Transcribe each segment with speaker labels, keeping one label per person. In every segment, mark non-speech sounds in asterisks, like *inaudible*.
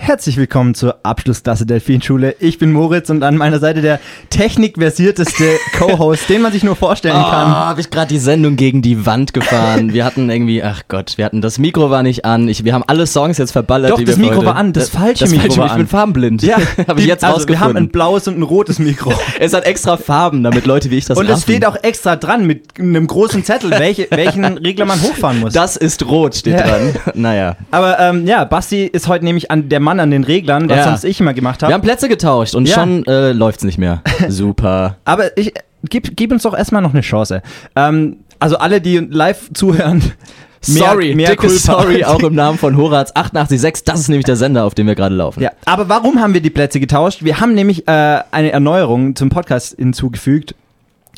Speaker 1: Herzlich willkommen zur Abschlussklasse Delfinschule. Ich bin Moritz und an meiner Seite der technikversierteste
Speaker 2: *laughs*
Speaker 1: Co-Host, den man sich nur vorstellen
Speaker 2: Oh,
Speaker 1: *laughs* kann.
Speaker 2: habe ich gerade die Sendung gegen die Wand gefahren. Wir hatten irgendwie, ach Gott, wir hatten das Mikro war nicht an. Ich, wir haben alle Songs jetzt verballert.
Speaker 1: Doch,
Speaker 2: die
Speaker 1: das
Speaker 2: wir
Speaker 1: Mikro
Speaker 2: heute, Äh,
Speaker 1: war an, das falsche
Speaker 2: das
Speaker 1: Mikro war
Speaker 2: Ich bin
Speaker 1: an. *laughs*
Speaker 2: farbenblind. *laughs* habe ich
Speaker 1: die-
Speaker 2: jetzt
Speaker 1: also, wir haben ein
Speaker 2: rausgefunden.
Speaker 1: blaues und ein rotes
Speaker 2: *laughs*
Speaker 1: Mikro.
Speaker 2: Es hat extra Farben, damit Leute wie ich das
Speaker 1: und
Speaker 2: raffen.
Speaker 1: es steht auch extra dran mit einem großen Zettel,
Speaker 2: *laughs*
Speaker 1: welche, welchen Regler man hochfahren muss.
Speaker 2: Das ist rot, steht
Speaker 1: Ja.
Speaker 2: dran. *laughs* Naja.
Speaker 1: Aber ähm, ja, Basti ist heute nämlich an der Mann an den Reglern, was
Speaker 2: Ja.
Speaker 1: sonst ich immer gemacht
Speaker 2: Wir haben
Speaker 1: habe.
Speaker 2: Plätze getauscht und
Speaker 1: Ja.
Speaker 2: schon äh, läuft's
Speaker 1: *laughs*
Speaker 2: nicht mehr. Super.
Speaker 1: Aber ich gib, gib uns doch erstmal noch eine Chance. Ähm, also alle, die live zuhören, *laughs* mehr-
Speaker 2: Sorry,
Speaker 1: mehr
Speaker 2: dicke
Speaker 1: Culpa. *laughs*
Speaker 2: Sorry auch im Namen von Horaz 886. Das ist nämlich der Sender, auf dem wir gerade laufen.
Speaker 1: Ja, aber warum haben wir die Plätze getauscht? Wir haben nämlich äh, eine Erneuerung zum Podcast hinzugefügt.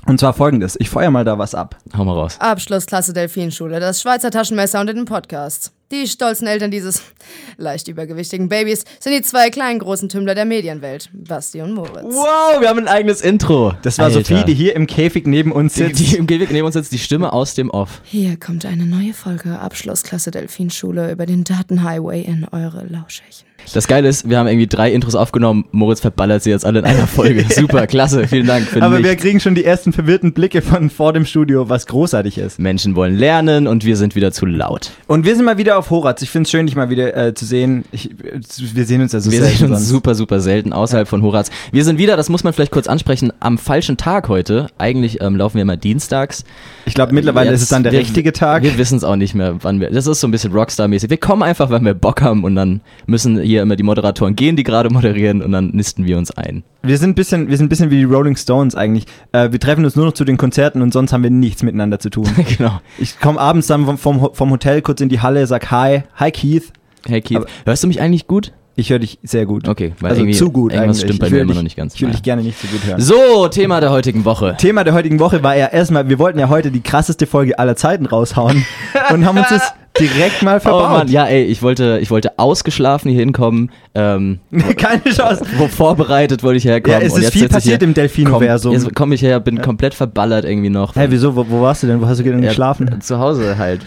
Speaker 1: Und zwar folgendes. Ich feuer mal da was ab.
Speaker 2: Hau mal raus.
Speaker 3: Abschlussklasse Delfinschule, das Schweizer Taschenmesser unter den Podcasts. Die stolzen Eltern dieses *laughs* leicht übergewichtigen Babys sind die zwei kleinen großen Tümmler der Medienwelt, Basti und Moritz.
Speaker 2: Wow, Oh, wir haben ein eigenes Intro.
Speaker 1: Das war Sophie, die hier im Käfig neben uns
Speaker 2: Die,
Speaker 1: sitzt.
Speaker 2: die im Gehweg nehmen uns jetzt die Stimme aus dem Off.
Speaker 3: Hier kommt eine neue Folge Abschlussklasse Delfinschule über den Datenhighway in eure Lauschächen.
Speaker 2: Das Geile ist, wir haben irgendwie drei Intros aufgenommen. Moritz verballert sie jetzt alle in
Speaker 1: *laughs*
Speaker 2: einer Folge. Super, klasse, vielen Dank für
Speaker 1: aber
Speaker 2: mich.
Speaker 1: wir kriegen schon die ersten verwirrten Blicke von vor dem Studio, was großartig ist.
Speaker 2: Menschen wollen lernen und wir sind wieder zu laut.
Speaker 1: Und wir sind mal wieder auf Horaz. Ich finde es schön, dich mal wieder äh, zu sehen. Ich, äh, wir sehen uns ja so
Speaker 2: Wir
Speaker 1: selten
Speaker 2: sehen uns
Speaker 1: sonst.
Speaker 2: super, super selten außerhalb von Horaz. Wir sind wieder, das muss man vielleicht kurz ansprechen, am falschen Tag heute. Eigentlich ähm, laufen wir immer dienstags.
Speaker 1: Ich glaube, mittlerweile
Speaker 2: Jetzt-
Speaker 1: ist es dann der
Speaker 2: wir-
Speaker 1: richtige Tag.
Speaker 2: Wir wissen es auch nicht mehr, wann wir. Das ist so ein bisschen Rockstar-mäßig. Wir kommen einfach, wenn wir Bock haben und dann müssen hier immer die Moderatoren gehen, die gerade moderieren und dann nisten wir uns ein. *laughs*
Speaker 1: Wir sind ein bisschen, wir sind ein bisschen wie die Rolling Stones eigentlich. Äh, wir treffen uns nur noch zu den Konzerten und sonst haben wir nichts miteinander zu tun.
Speaker 2: genau.
Speaker 1: Ich komme abends dann vom, vom, Ho- vom Hotel kurz in die Halle, sag Hi, hi Keith.
Speaker 2: Hey Keith,
Speaker 1: Aber-
Speaker 2: hörst du mich eigentlich gut?
Speaker 1: Ich höre dich sehr gut.
Speaker 2: Okay, weil
Speaker 1: also
Speaker 2: irgendwie
Speaker 1: zu gut
Speaker 2: irgendwas
Speaker 1: eigentlich.
Speaker 2: stimmt bei
Speaker 1: Ich
Speaker 2: mir
Speaker 1: will
Speaker 2: immer
Speaker 1: dich-
Speaker 2: noch nicht ganz.
Speaker 1: Ich würde
Speaker 2: Naja.
Speaker 1: dich gerne nicht so gut hören.
Speaker 2: So, Thema der heutigen Woche.
Speaker 1: Thema der heutigen Woche war ja erstmal, wir wollten ja heute die krasseste Folge aller Zeiten
Speaker 2: *laughs*
Speaker 1: raushauen und haben uns das direkt mal
Speaker 2: Oh Mann,
Speaker 1: verbaut.
Speaker 2: ja, ey, ich wollte, ich wollte ausgeschlafen hier hinkommen. Ähm,
Speaker 1: Keine Chance. *laughs*
Speaker 2: wo vorbereitet wollte ich herkommen.
Speaker 1: Ja, es
Speaker 2: und
Speaker 1: ist
Speaker 2: jetzt
Speaker 1: viel
Speaker 2: sitze ich
Speaker 1: passiert
Speaker 2: hier,
Speaker 1: im Delfin-Universum.
Speaker 2: Komm, jetzt komme ich her, bin komplett verballert irgendwie noch.
Speaker 1: Hä, wieso? Wo, wo warst du denn? Wo hast du denn
Speaker 2: Ja,
Speaker 1: geschlafen?
Speaker 2: Zu
Speaker 1: *laughs*
Speaker 2: Hause halt.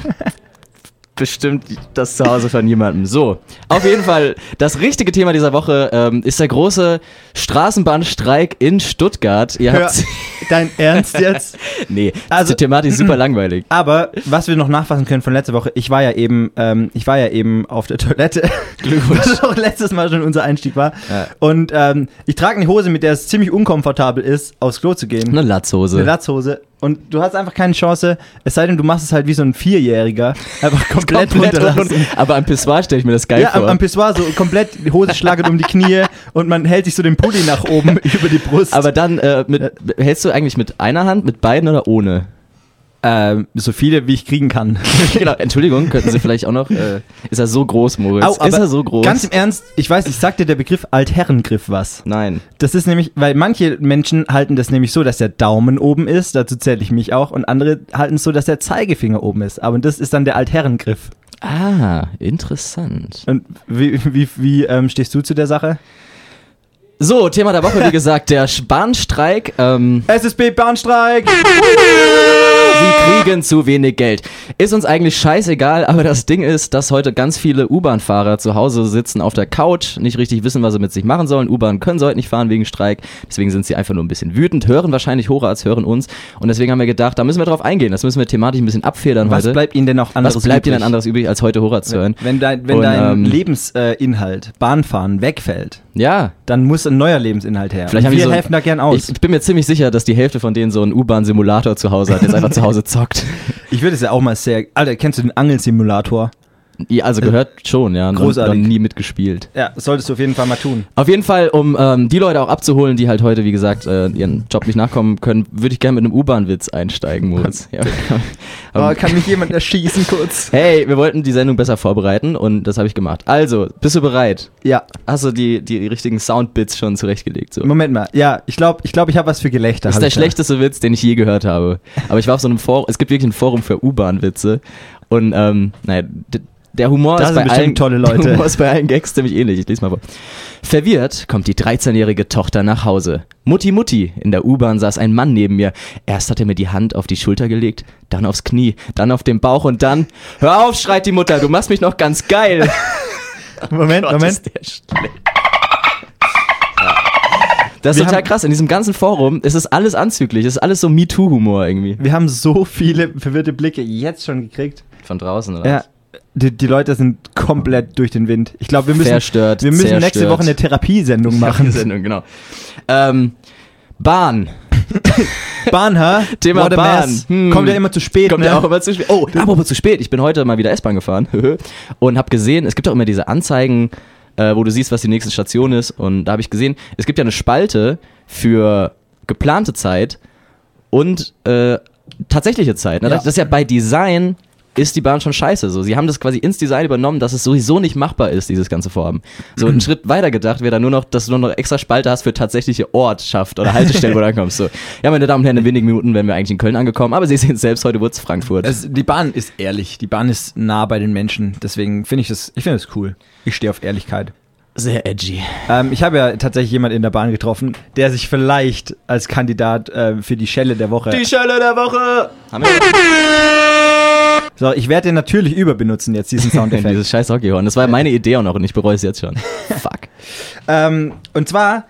Speaker 2: Bestimmt das Zuhause von jemandem. So, auf jeden Fall, das richtige Thema dieser Woche ähm, ist der große Straßenbahnstreik in Stuttgart. Ihr
Speaker 1: Hör,
Speaker 2: habt's. *laughs*
Speaker 1: dein Ernst jetzt?
Speaker 2: Nee, also,
Speaker 1: Also-
Speaker 2: die Thematik
Speaker 1: *clears throat*
Speaker 2: ist super langweilig.
Speaker 1: Aber was wir noch nachfassen können von letzter Woche, ich war ja eben, ähm, ich war ja eben auf der *laughs* Toilette.
Speaker 2: Glückwunsch.
Speaker 1: Was auch letztes Mal schon unser Einstieg war.
Speaker 2: Ja.
Speaker 1: Und ähm, ich trage eine Hose, mit der es ziemlich unkomfortabel ist, aufs Klo zu gehen.
Speaker 2: Eine Latzhose.
Speaker 1: Eine Latzhose. Und du hast einfach keine Chance, es sei denn, du machst es halt wie so ein Vierjähriger. Einfach *laughs* komplett, runterlassen.
Speaker 2: unten. Aber am Pissoir stelle ich mir das geil
Speaker 1: Ja, am,
Speaker 2: vor.
Speaker 1: am Pissoir so komplett die Hose schlagend um die Knie und man hält sich so den Pulli nach *laughs* oben über die Brust.
Speaker 2: aber dann äh, mit, hältst du eigentlich mit einer Hand, mit beiden
Speaker 1: *laughs*
Speaker 2: oder ohne?
Speaker 1: ähm, so viele, wie ich kriegen *laughs* kann.
Speaker 2: genau, Entschuldigung, könnten Sie vielleicht auch noch. Äh, ist er so groß, Moritz?
Speaker 1: Au,
Speaker 2: ist er so groß?
Speaker 1: Ganz im Ernst, ich weiß, ich sag dir der Begriff Altherrengriff was.
Speaker 2: Nein.
Speaker 1: Das ist nämlich, weil manche Menschen halten das nämlich so, dass der Daumen oben ist, dazu zähle ich mich auch, und andere halten es so, dass der Zeigefinger oben ist. Aber das ist dann der Altherrengriff.
Speaker 2: Ah, interessant.
Speaker 1: Und wie, wie, wie ähm, stehst du zu der Sache?
Speaker 2: So, Thema der Woche, wie gesagt, der Bahnstreik. Ähm,
Speaker 1: SSB-Bahnstreik!
Speaker 2: sie kriegen zu wenig Geld. Ist uns eigentlich scheißegal, aber das Ding ist, dass heute ganz viele U-Bahn-Fahrer zu Hause sitzen auf der Couch, nicht richtig wissen, was sie mit sich machen sollen. U-Bahn können sie heute nicht fahren wegen Streik. Deswegen sind sie einfach nur ein bisschen wütend, hören wahrscheinlich Horaz, hören uns. Und deswegen haben wir gedacht, da müssen wir drauf eingehen. Das müssen wir thematisch ein bisschen abfedern
Speaker 1: Was
Speaker 2: heute.
Speaker 1: bleibt ihnen denn noch anderes
Speaker 2: was bleibt
Speaker 1: übrig?
Speaker 2: ihnen anderes übrig, als heute Horaz zu hören?
Speaker 1: Wenn dein, wenn
Speaker 2: Und,
Speaker 1: dein
Speaker 2: ähm,
Speaker 1: Lebensinhalt, äh, Inhalt, Bahnfahren, wegfällt,
Speaker 2: Ja,
Speaker 1: dann muss ein neuer Lebensinhalt her.
Speaker 2: Vielleicht
Speaker 1: Und
Speaker 2: haben die
Speaker 1: wir
Speaker 2: so-
Speaker 1: helfen da gern aus.
Speaker 2: ich, ich bin mir ziemlich sicher, dass die Hälfte von denen so einen U-Bahn-Simulator zu Hause hat, jetzt einfach zu Hause zockt.
Speaker 1: Ich würde es ja auch mal sehr... Alter, kennst du den Angelsimulator?
Speaker 2: Ja, also gehört schon, ja. Noch-
Speaker 1: Großartig.
Speaker 2: Noch nie mitgespielt.
Speaker 1: Ja, solltest du auf jeden Fall mal tun.
Speaker 2: Auf jeden Fall, um ähm, die Leute auch abzuholen, die halt heute, wie gesagt, äh, ihren Job nicht nachkommen können, würde ich gerne mit einem U-Bahn-Witz einsteigen, Moritz. *laughs* Ja.
Speaker 1: Oh,
Speaker 2: Ähm,
Speaker 1: kann mich jemand erschießen
Speaker 2: *laughs*
Speaker 1: kurz?
Speaker 2: hey, wir wollten die Sendung besser vorbereiten und das habe ich gemacht. Also, bist du bereit?
Speaker 1: Ja.
Speaker 2: Hast du die, die richtigen Soundbits schon zurechtgelegt? So?
Speaker 1: Moment mal, ja, ich glaube, ich, glaub, ich habe was für Gelächter.
Speaker 2: Das
Speaker 1: hab
Speaker 2: ist der
Speaker 1: ich da.
Speaker 2: schlechteste Witz, den ich je gehört habe. Aber ich war auf so einem Forum, es gibt wirklich ein Forum für U-Bahn-Witze. Und ähm, naja, d- der Humor
Speaker 1: Da sind
Speaker 2: ist bei
Speaker 1: bestimmt
Speaker 2: allen,
Speaker 1: tolle Leute.
Speaker 2: *laughs* Der Humor ist bei allen Gags ziemlich ähnlich. Ich lese mal vor. Verwirrt kommt die 13-jährige Tochter nach Hause. Mutti, Mutti, in der U-Bahn saß ein Mann neben mir. Erst hat er mir die Hand auf die Schulter gelegt, dann aufs Knie, dann auf den Bauch und dann Hör auf, schreit die Mutter, du machst mich noch ganz geil.
Speaker 1: Moment, Moment.
Speaker 2: Oh Ist der schlecht. Ja. Das ist
Speaker 1: Wir
Speaker 2: total
Speaker 1: haben-
Speaker 2: krass. In diesem ganzen Forum ist es alles anzüglich. Es ist alles so MeToo-Humor irgendwie.
Speaker 1: Wir haben so viele verwirrte Blicke jetzt schon gekriegt.
Speaker 2: Von draußen, oder?
Speaker 1: Ja. Die, die Leute sind komplett durch den Wind. Ich glaube, wir müssen,
Speaker 2: Verstört,
Speaker 1: wir müssen
Speaker 2: zerstört.
Speaker 1: nächste Woche eine Therapiesendung
Speaker 2: Machen
Speaker 1: machen.
Speaker 2: Sendung, genau. Ähm, Bahn.
Speaker 1: Bahn, ha?
Speaker 2: *laughs* Thema
Speaker 1: What a
Speaker 2: Bahn.
Speaker 1: mess.
Speaker 2: Hm.
Speaker 1: Kommt ja immer zu spät.
Speaker 2: Kommt
Speaker 1: ne?
Speaker 2: ja auch immer zu spät. Oh, apropos zu spät. Ich bin heute mal wieder S-Bahn gefahren *laughs* und habe gesehen, es gibt auch immer diese Anzeigen, äh, wo du siehst, was die nächste Station ist. Und da habe ich gesehen, es gibt ja eine Spalte für geplante Zeit und äh, tatsächliche Zeit. Ne?
Speaker 1: Ja.
Speaker 2: Das ist ja bei Design ist die Bahn schon scheiße. So, sie haben das quasi ins Design übernommen, dass es sowieso nicht machbar ist, dieses ganze Vorhaben. So *clears throat* einen Schritt weiter gedacht wäre dann nur noch, dass du nur noch extra Spalte hast für tatsächliche Ortschaft oder Haltestellen, wo du ankommst. So. Ja, meine Damen und Herren, in wenigen Minuten wären wir eigentlich in Köln angekommen, aber Sie sehen es selbst, heute wurde es Frankfurt.
Speaker 1: Es, die Bahn ist ehrlich. Die Bahn ist nah bei den Menschen. Deswegen finde ich das, ich finde das cool. Ich stehe auf Ehrlichkeit.
Speaker 2: sehr edgy.
Speaker 1: Ähm, ich habe ja tatsächlich jemanden in der Bahn getroffen, der sich vielleicht als Kandidat äh, für die Schelle der Woche.
Speaker 2: Die Schelle der Woche! Haben wir *laughs*
Speaker 1: So, ich werde den natürlich überbenutzen jetzt, diesen *laughs*
Speaker 2: Nein,
Speaker 1: Soundeffekt.
Speaker 2: dieses scheiß Hockeyhorn. Das war meine Idee auch noch und ich bereue es jetzt *laughs* schon. Fuck.
Speaker 1: ähm, und zwar,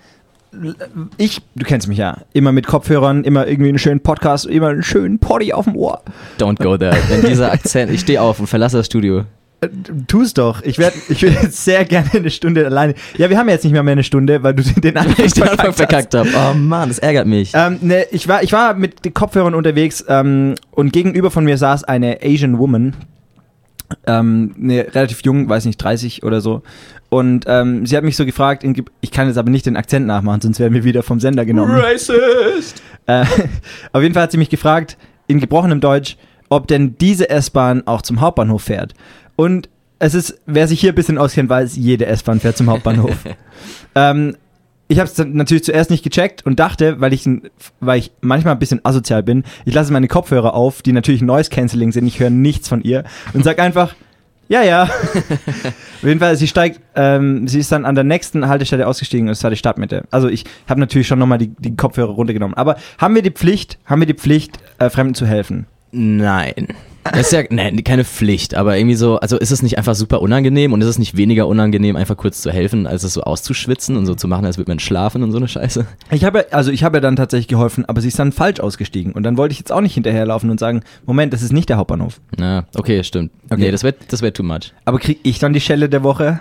Speaker 1: ich, du kennst mich ja, immer mit Kopfhörern, immer irgendwie einen schönen Podcast, immer einen schönen Poddy auf dem Ohr.
Speaker 2: Don't go there. Wenn dieser Akzent, ich stehe auf und verlasse das *laughs* Studio.
Speaker 1: Äh, Tu's doch. Ich werde ich werd jetzt sehr gerne eine Stunde alleine. Ja, wir haben jetzt nicht mehr, mehr eine Stunde, weil du den *laughs* Anfang,
Speaker 2: Ich den Anfang
Speaker 1: verkackt hast.
Speaker 2: verkackt habe. Oh Mann, das ärgert mich.
Speaker 1: Ähm, ne, ich, war, ich war mit den Kopfhörern unterwegs ähm, und gegenüber von mir saß eine Asian Woman. Ähm, ne, relativ jung, weiß nicht, 30 oder so. Und ähm, sie hat mich so gefragt, in, ich kann jetzt aber nicht den Akzent nachmachen, sonst werden wir wieder vom Sender genommen.
Speaker 2: Racist!
Speaker 1: Äh, auf jeden Fall hat sie mich gefragt, in gebrochenem Deutsch, ob denn diese S-Bahn auch zum Hauptbahnhof fährt. Und es ist, wer sich hier ein bisschen auskennt, weiß, jede S-Bahn fährt zum Hauptbahnhof. ähm, ich habe es natürlich zuerst nicht gecheckt und dachte, weil ich, n- weil ich manchmal ein bisschen asozial bin, ich lasse meine Kopfhörer auf, die natürlich Noise-Canceling sind, ich höre nichts von ihr und sag einfach, ja, ja. auf jeden Fall, sie steigt, ähm, sie ist dann an der nächsten Haltestelle ausgestiegen und es war die Stadtmitte. Also ich habe natürlich schon nochmal die, die Kopfhörer runtergenommen. Aber haben wir die Pflicht, haben wir die Pflicht, äh, Fremden zu helfen?
Speaker 2: Nein. Das ist ja nein, keine Pflicht, aber irgendwie so, also ist es nicht einfach super unangenehm und ist es nicht weniger unangenehm, einfach kurz zu helfen, als es so auszuschwitzen und so zu machen, als würde man schlafen und so eine Scheiße?
Speaker 1: Ich habe, also ich habe ihr dann tatsächlich geholfen, aber sie ist dann falsch ausgestiegen. Und dann wollte ich jetzt auch nicht hinterherlaufen und sagen, Moment, das ist nicht der Hauptbahnhof.
Speaker 2: Na, okay, stimmt.
Speaker 1: Okay.
Speaker 2: Nee, das wäre das wär too much. *laughs*
Speaker 1: Aber kriege ich dann die Schelle der Woche?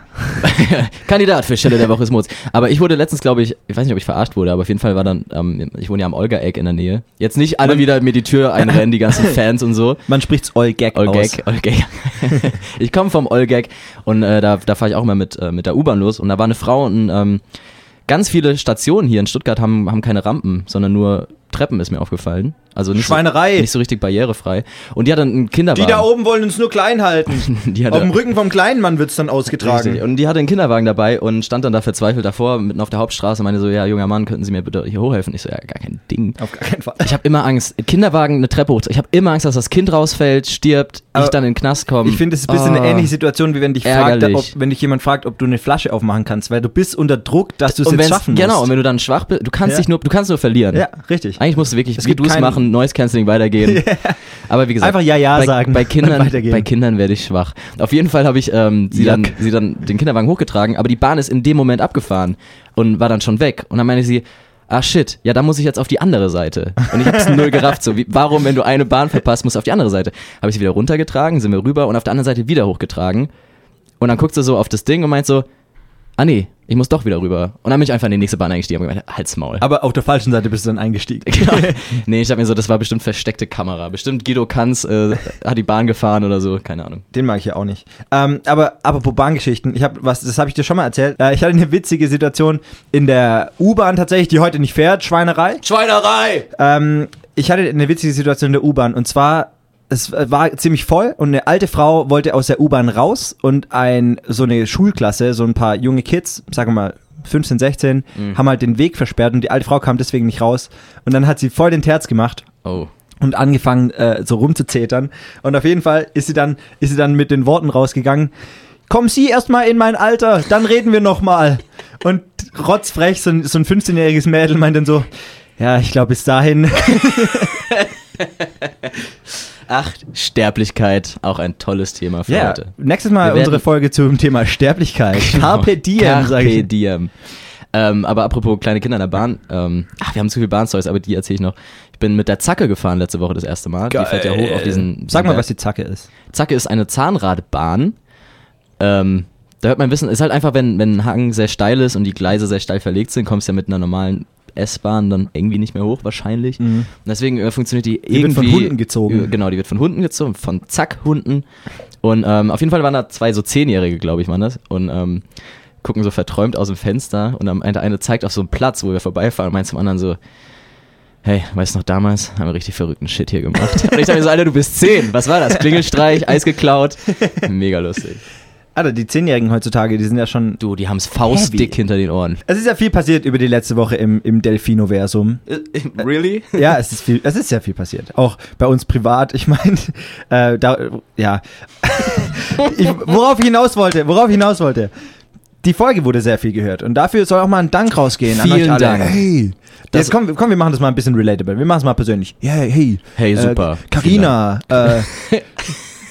Speaker 2: Kandidat für Stelle der Woche ist Moritz. Aber ich wurde letztens, glaube ich, ich weiß nicht, ob ich verarscht wurde, aber auf jeden Fall war dann, ähm, ich wohne ja am Olga-Eck in der Nähe. Jetzt nicht alle wieder mir die Tür einrennen, die ganzen Fans und so.
Speaker 1: Man spricht's all gag aus.
Speaker 2: Olgek, Olgek. *laughs* ich komme vom Olgek und äh, da, da fahre ich auch immer mit, äh, mit der U-Bahn los und da war eine Frau und ähm, ganz viele Stationen hier in Stuttgart haben, haben keine Rampen, sondern nur Treppen ist mir aufgefallen. Also nicht,
Speaker 1: Schweinerei.
Speaker 2: So, nicht so richtig barrierefrei. Und die hat dann einen Kinderwagen.
Speaker 1: Die da oben wollen uns nur klein halten.
Speaker 2: *laughs* Die hat
Speaker 1: Auf dem Rücken vom kleinen Mann wird's dann ausgetragen.
Speaker 2: Richtig. Und die hatte einen Kinderwagen dabei und stand dann da verzweifelt davor, mitten auf der Hauptstraße und meinte so, ja, junger Mann, könnten Sie mir bitte hier hochhelfen? Ich so, ja, gar kein Ding.
Speaker 1: Auf gar keinen Fall.
Speaker 2: Ich habe immer Angst, Kinderwagen, eine Treppe hoch. Ich habe immer Angst, dass das Kind rausfällt, stirbt, ich
Speaker 1: Aber
Speaker 2: dann in den Knast komme.
Speaker 1: Ich finde, es ist ein bisschen
Speaker 2: Ah.
Speaker 1: eine ähnliche Situation, wie wenn dich, fragt,
Speaker 2: Ärgerlich.
Speaker 1: ob, wenn dich jemand fragt, ob du eine Flasche aufmachen kannst, weil du bist unter Druck, dass du es
Speaker 2: Und
Speaker 1: jetzt
Speaker 2: wenn's-
Speaker 1: schaffen musst.
Speaker 2: Genau, und wenn du dann schwach bist, du kannst
Speaker 1: Ja.
Speaker 2: dich nur, du kannst nur verlieren.
Speaker 1: Ja, richtig.
Speaker 2: Eigentlich musst du wirklich,
Speaker 1: Es
Speaker 2: wie
Speaker 1: gibt
Speaker 2: du es
Speaker 1: keinen-
Speaker 2: machen, Noise Canceling weitergehen.
Speaker 1: *laughs*
Speaker 2: Aber wie gesagt,
Speaker 1: Einfach Ja, Ja
Speaker 2: bei,
Speaker 1: sagen *laughs*
Speaker 2: Bei
Speaker 1: und
Speaker 2: Kindern,
Speaker 1: weitergehen.
Speaker 2: bei Kindern werde ich schwach. Auf jeden Fall habe ich ähm, sie, dann,
Speaker 1: Yuck.
Speaker 2: sie dann den Kinderwagen hochgetragen, aber die Bahn ist in dem Moment abgefahren und war dann schon weg. Und dann meinte sie, ah shit, ja, dann muss ich jetzt auf die andere Seite. Und ich habe es null gerafft. So, wie, warum, wenn du eine Bahn verpasst, musst du auf die andere Seite? Habe ich sie wieder runtergetragen, sind wir rüber und auf der anderen Seite wieder hochgetragen. Und dann guckt sie so auf das Ding und meint so, ah nee, ich muss doch wieder rüber. Und dann bin ich einfach in die nächste Bahn eingestiegen und hab gemeint, halt's Maul.
Speaker 1: Aber auf der falschen Seite bist du dann eingestiegen.
Speaker 2: Genau.
Speaker 1: *laughs*
Speaker 2: nee, ich habe mir so, das war bestimmt versteckte Kamera. Bestimmt Guido Kanz äh, hat die Bahn gefahren oder so, keine Ahnung.
Speaker 1: Den mag ich ja auch nicht. Ähm, aber apropos Bahngeschichten, ich habe was, das habe ich dir schon mal erzählt. Äh, ich hatte eine witzige Situation in der U-Bahn tatsächlich, die heute nicht fährt, Schweinerei.
Speaker 2: Schweinerei!
Speaker 1: Ähm, ich hatte eine witzige Situation in der U-Bahn und zwar es war ziemlich voll und eine alte Frau wollte aus der U-Bahn raus und ein so eine Schulklasse, so ein paar junge Kids, sagen wir mal 15, 16, haben halt den Weg versperrt und die alte Frau kam deswegen nicht raus und dann hat sie voll den Terz gemacht
Speaker 2: Oh.
Speaker 1: und angefangen äh, so rumzuzetern und auf jeden Fall ist sie dann ist sie dann mit den Worten rausgegangen. Kommen Sie erstmal in mein Alter, dann reden wir nochmal. Und rotzfrech, so ein, so ein 15-jähriges Mädel meint dann so, ja, ich glaube bis dahin
Speaker 2: Ach, Sterblichkeit, auch ein tolles Thema für
Speaker 1: Ja,
Speaker 2: heute.
Speaker 1: nächstes Mal
Speaker 2: Wir
Speaker 1: unsere
Speaker 2: werden-
Speaker 1: Folge zum Thema Sterblichkeit. Genau. Carpe diem, sag
Speaker 2: Carpe
Speaker 1: ich.
Speaker 2: diem. Ähm, aber apropos kleine Kinder in der Bahn, ähm, ach, wir haben zu viel Bahnstories, aber die erzähle ich noch. Ich bin mit der Zacke gefahren letzte Woche das erste Mal. Die fährt ja hoch auf diesen.
Speaker 1: Sag mal,
Speaker 2: diesen
Speaker 1: was die Zacke ist.
Speaker 2: Zacke ist eine Zahnradbahn. Ähm, da hört man Wissen, ist halt einfach, wenn, wenn ein Hang sehr steil ist und die Gleise sehr steil verlegt sind, kommst du ja mit einer normalen S-Bahn dann irgendwie nicht mehr hoch, wahrscheinlich. Und deswegen äh, funktioniert die, irgendwie.
Speaker 1: wird von Hunden gezogen.
Speaker 2: Äh, Genau, die wird von Hunden gezogen, von Zackhunden. Und ähm, auf jeden Fall waren da zwei so Zehnjährige, glaube ich, waren das. Und ähm, gucken so verträumt aus dem Fenster und am Ende eine zeigt auf so einen Platz, wo wir vorbeifahren und meint zum anderen so, hey, weißt du noch, damals haben wir richtig verrückten Shit hier gemacht. Und ich dachte mir so, Alter, du bist zehn. Was war das? Klingelstreich, Eis geklaut. Mega lustig.
Speaker 1: Alter, die Zehnjährigen heutzutage, die sind ja schon.
Speaker 2: Du, die haben's faustdick
Speaker 1: Heavy.
Speaker 2: hinter den Ohren.
Speaker 1: Es ist ja viel passiert über die letzte Woche im, im Delfinoversum.
Speaker 2: Really?
Speaker 1: Ja, es ist viel, es ist sehr viel passiert. Auch bei uns privat. Ich meine, äh, da, ja. *laughs* ich, worauf ich hinaus wollte, worauf ich hinaus wollte. Die Folge wurde sehr viel gehört und dafür soll auch mal ein Dank rausgehen an
Speaker 2: Vielen
Speaker 1: euch alle.
Speaker 2: Dank.
Speaker 1: Hey,
Speaker 2: Das-
Speaker 1: jetzt komm, komm, wir machen das mal ein bisschen relatable. Wir machen es mal persönlich. Yeah, hey,
Speaker 2: Hey, super.
Speaker 1: Äh, Carina, äh,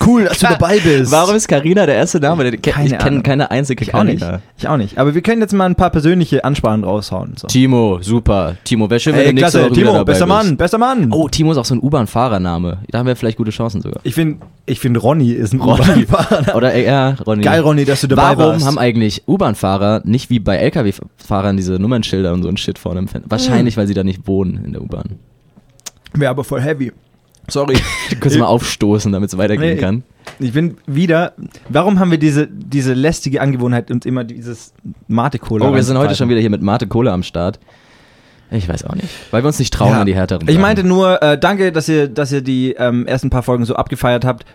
Speaker 1: cool, dass du dabei bist.
Speaker 2: Warum ist Carina der erste Name? Der,
Speaker 1: Keine
Speaker 2: ich kenne
Speaker 1: Ahnung.
Speaker 2: keine einzige
Speaker 1: ich auch nicht? Ich auch nicht. Aber wir können jetzt mal ein paar persönliche Ansprachen raushauen. So.
Speaker 2: Timo, super. Timo, wäre schön, wenn du
Speaker 1: Ey,
Speaker 2: nächste
Speaker 1: klasse,
Speaker 2: Woche wieder
Speaker 1: Timo,
Speaker 2: dabei
Speaker 1: bester
Speaker 2: bist.
Speaker 1: Mann, bester Mann.
Speaker 2: Oh, Timo ist auch so ein U-Bahn-Fahrername. Da haben wir vielleicht gute Chancen
Speaker 1: *laughs*
Speaker 2: sogar.
Speaker 1: Ich finde, ich find Ronny ist ein
Speaker 2: Ronny.
Speaker 1: U-Bahn-Fahrer.
Speaker 2: Oder äh, ja, Ronny.
Speaker 1: Geil, Ronny, dass du dabei
Speaker 2: Warum
Speaker 1: warst.
Speaker 2: haben eigentlich U-Bahn-Fahrer nicht wie bei LKW-Fahrern diese Nummernschilder und so ein Shit vorne im Fenster? Wahrscheinlich,
Speaker 1: Hm.
Speaker 2: weil sie da nicht wohnen in der U-Bahn.
Speaker 1: Wäre aber voll heavy. Sorry.
Speaker 2: *laughs* Du kannst mal aufstoßen, damit es weitergehen
Speaker 1: Nee.
Speaker 2: kann.
Speaker 1: Ich bin wieder. Warum haben wir diese, diese lästige Angewohnheit, uns immer dieses Mate-Cola
Speaker 2: Oh, wir sind heute
Speaker 1: reinzupfeifen?
Speaker 2: schon wieder hier mit Mate Kohle am Start. Ich weiß auch nicht. Weil wir uns nicht trauen
Speaker 1: Ja.
Speaker 2: an die härteren.
Speaker 1: Ich
Speaker 2: Sachen.
Speaker 1: meinte nur, äh, danke, dass ihr, dass ihr die ähm, ersten paar Folgen so abgefeiert habt.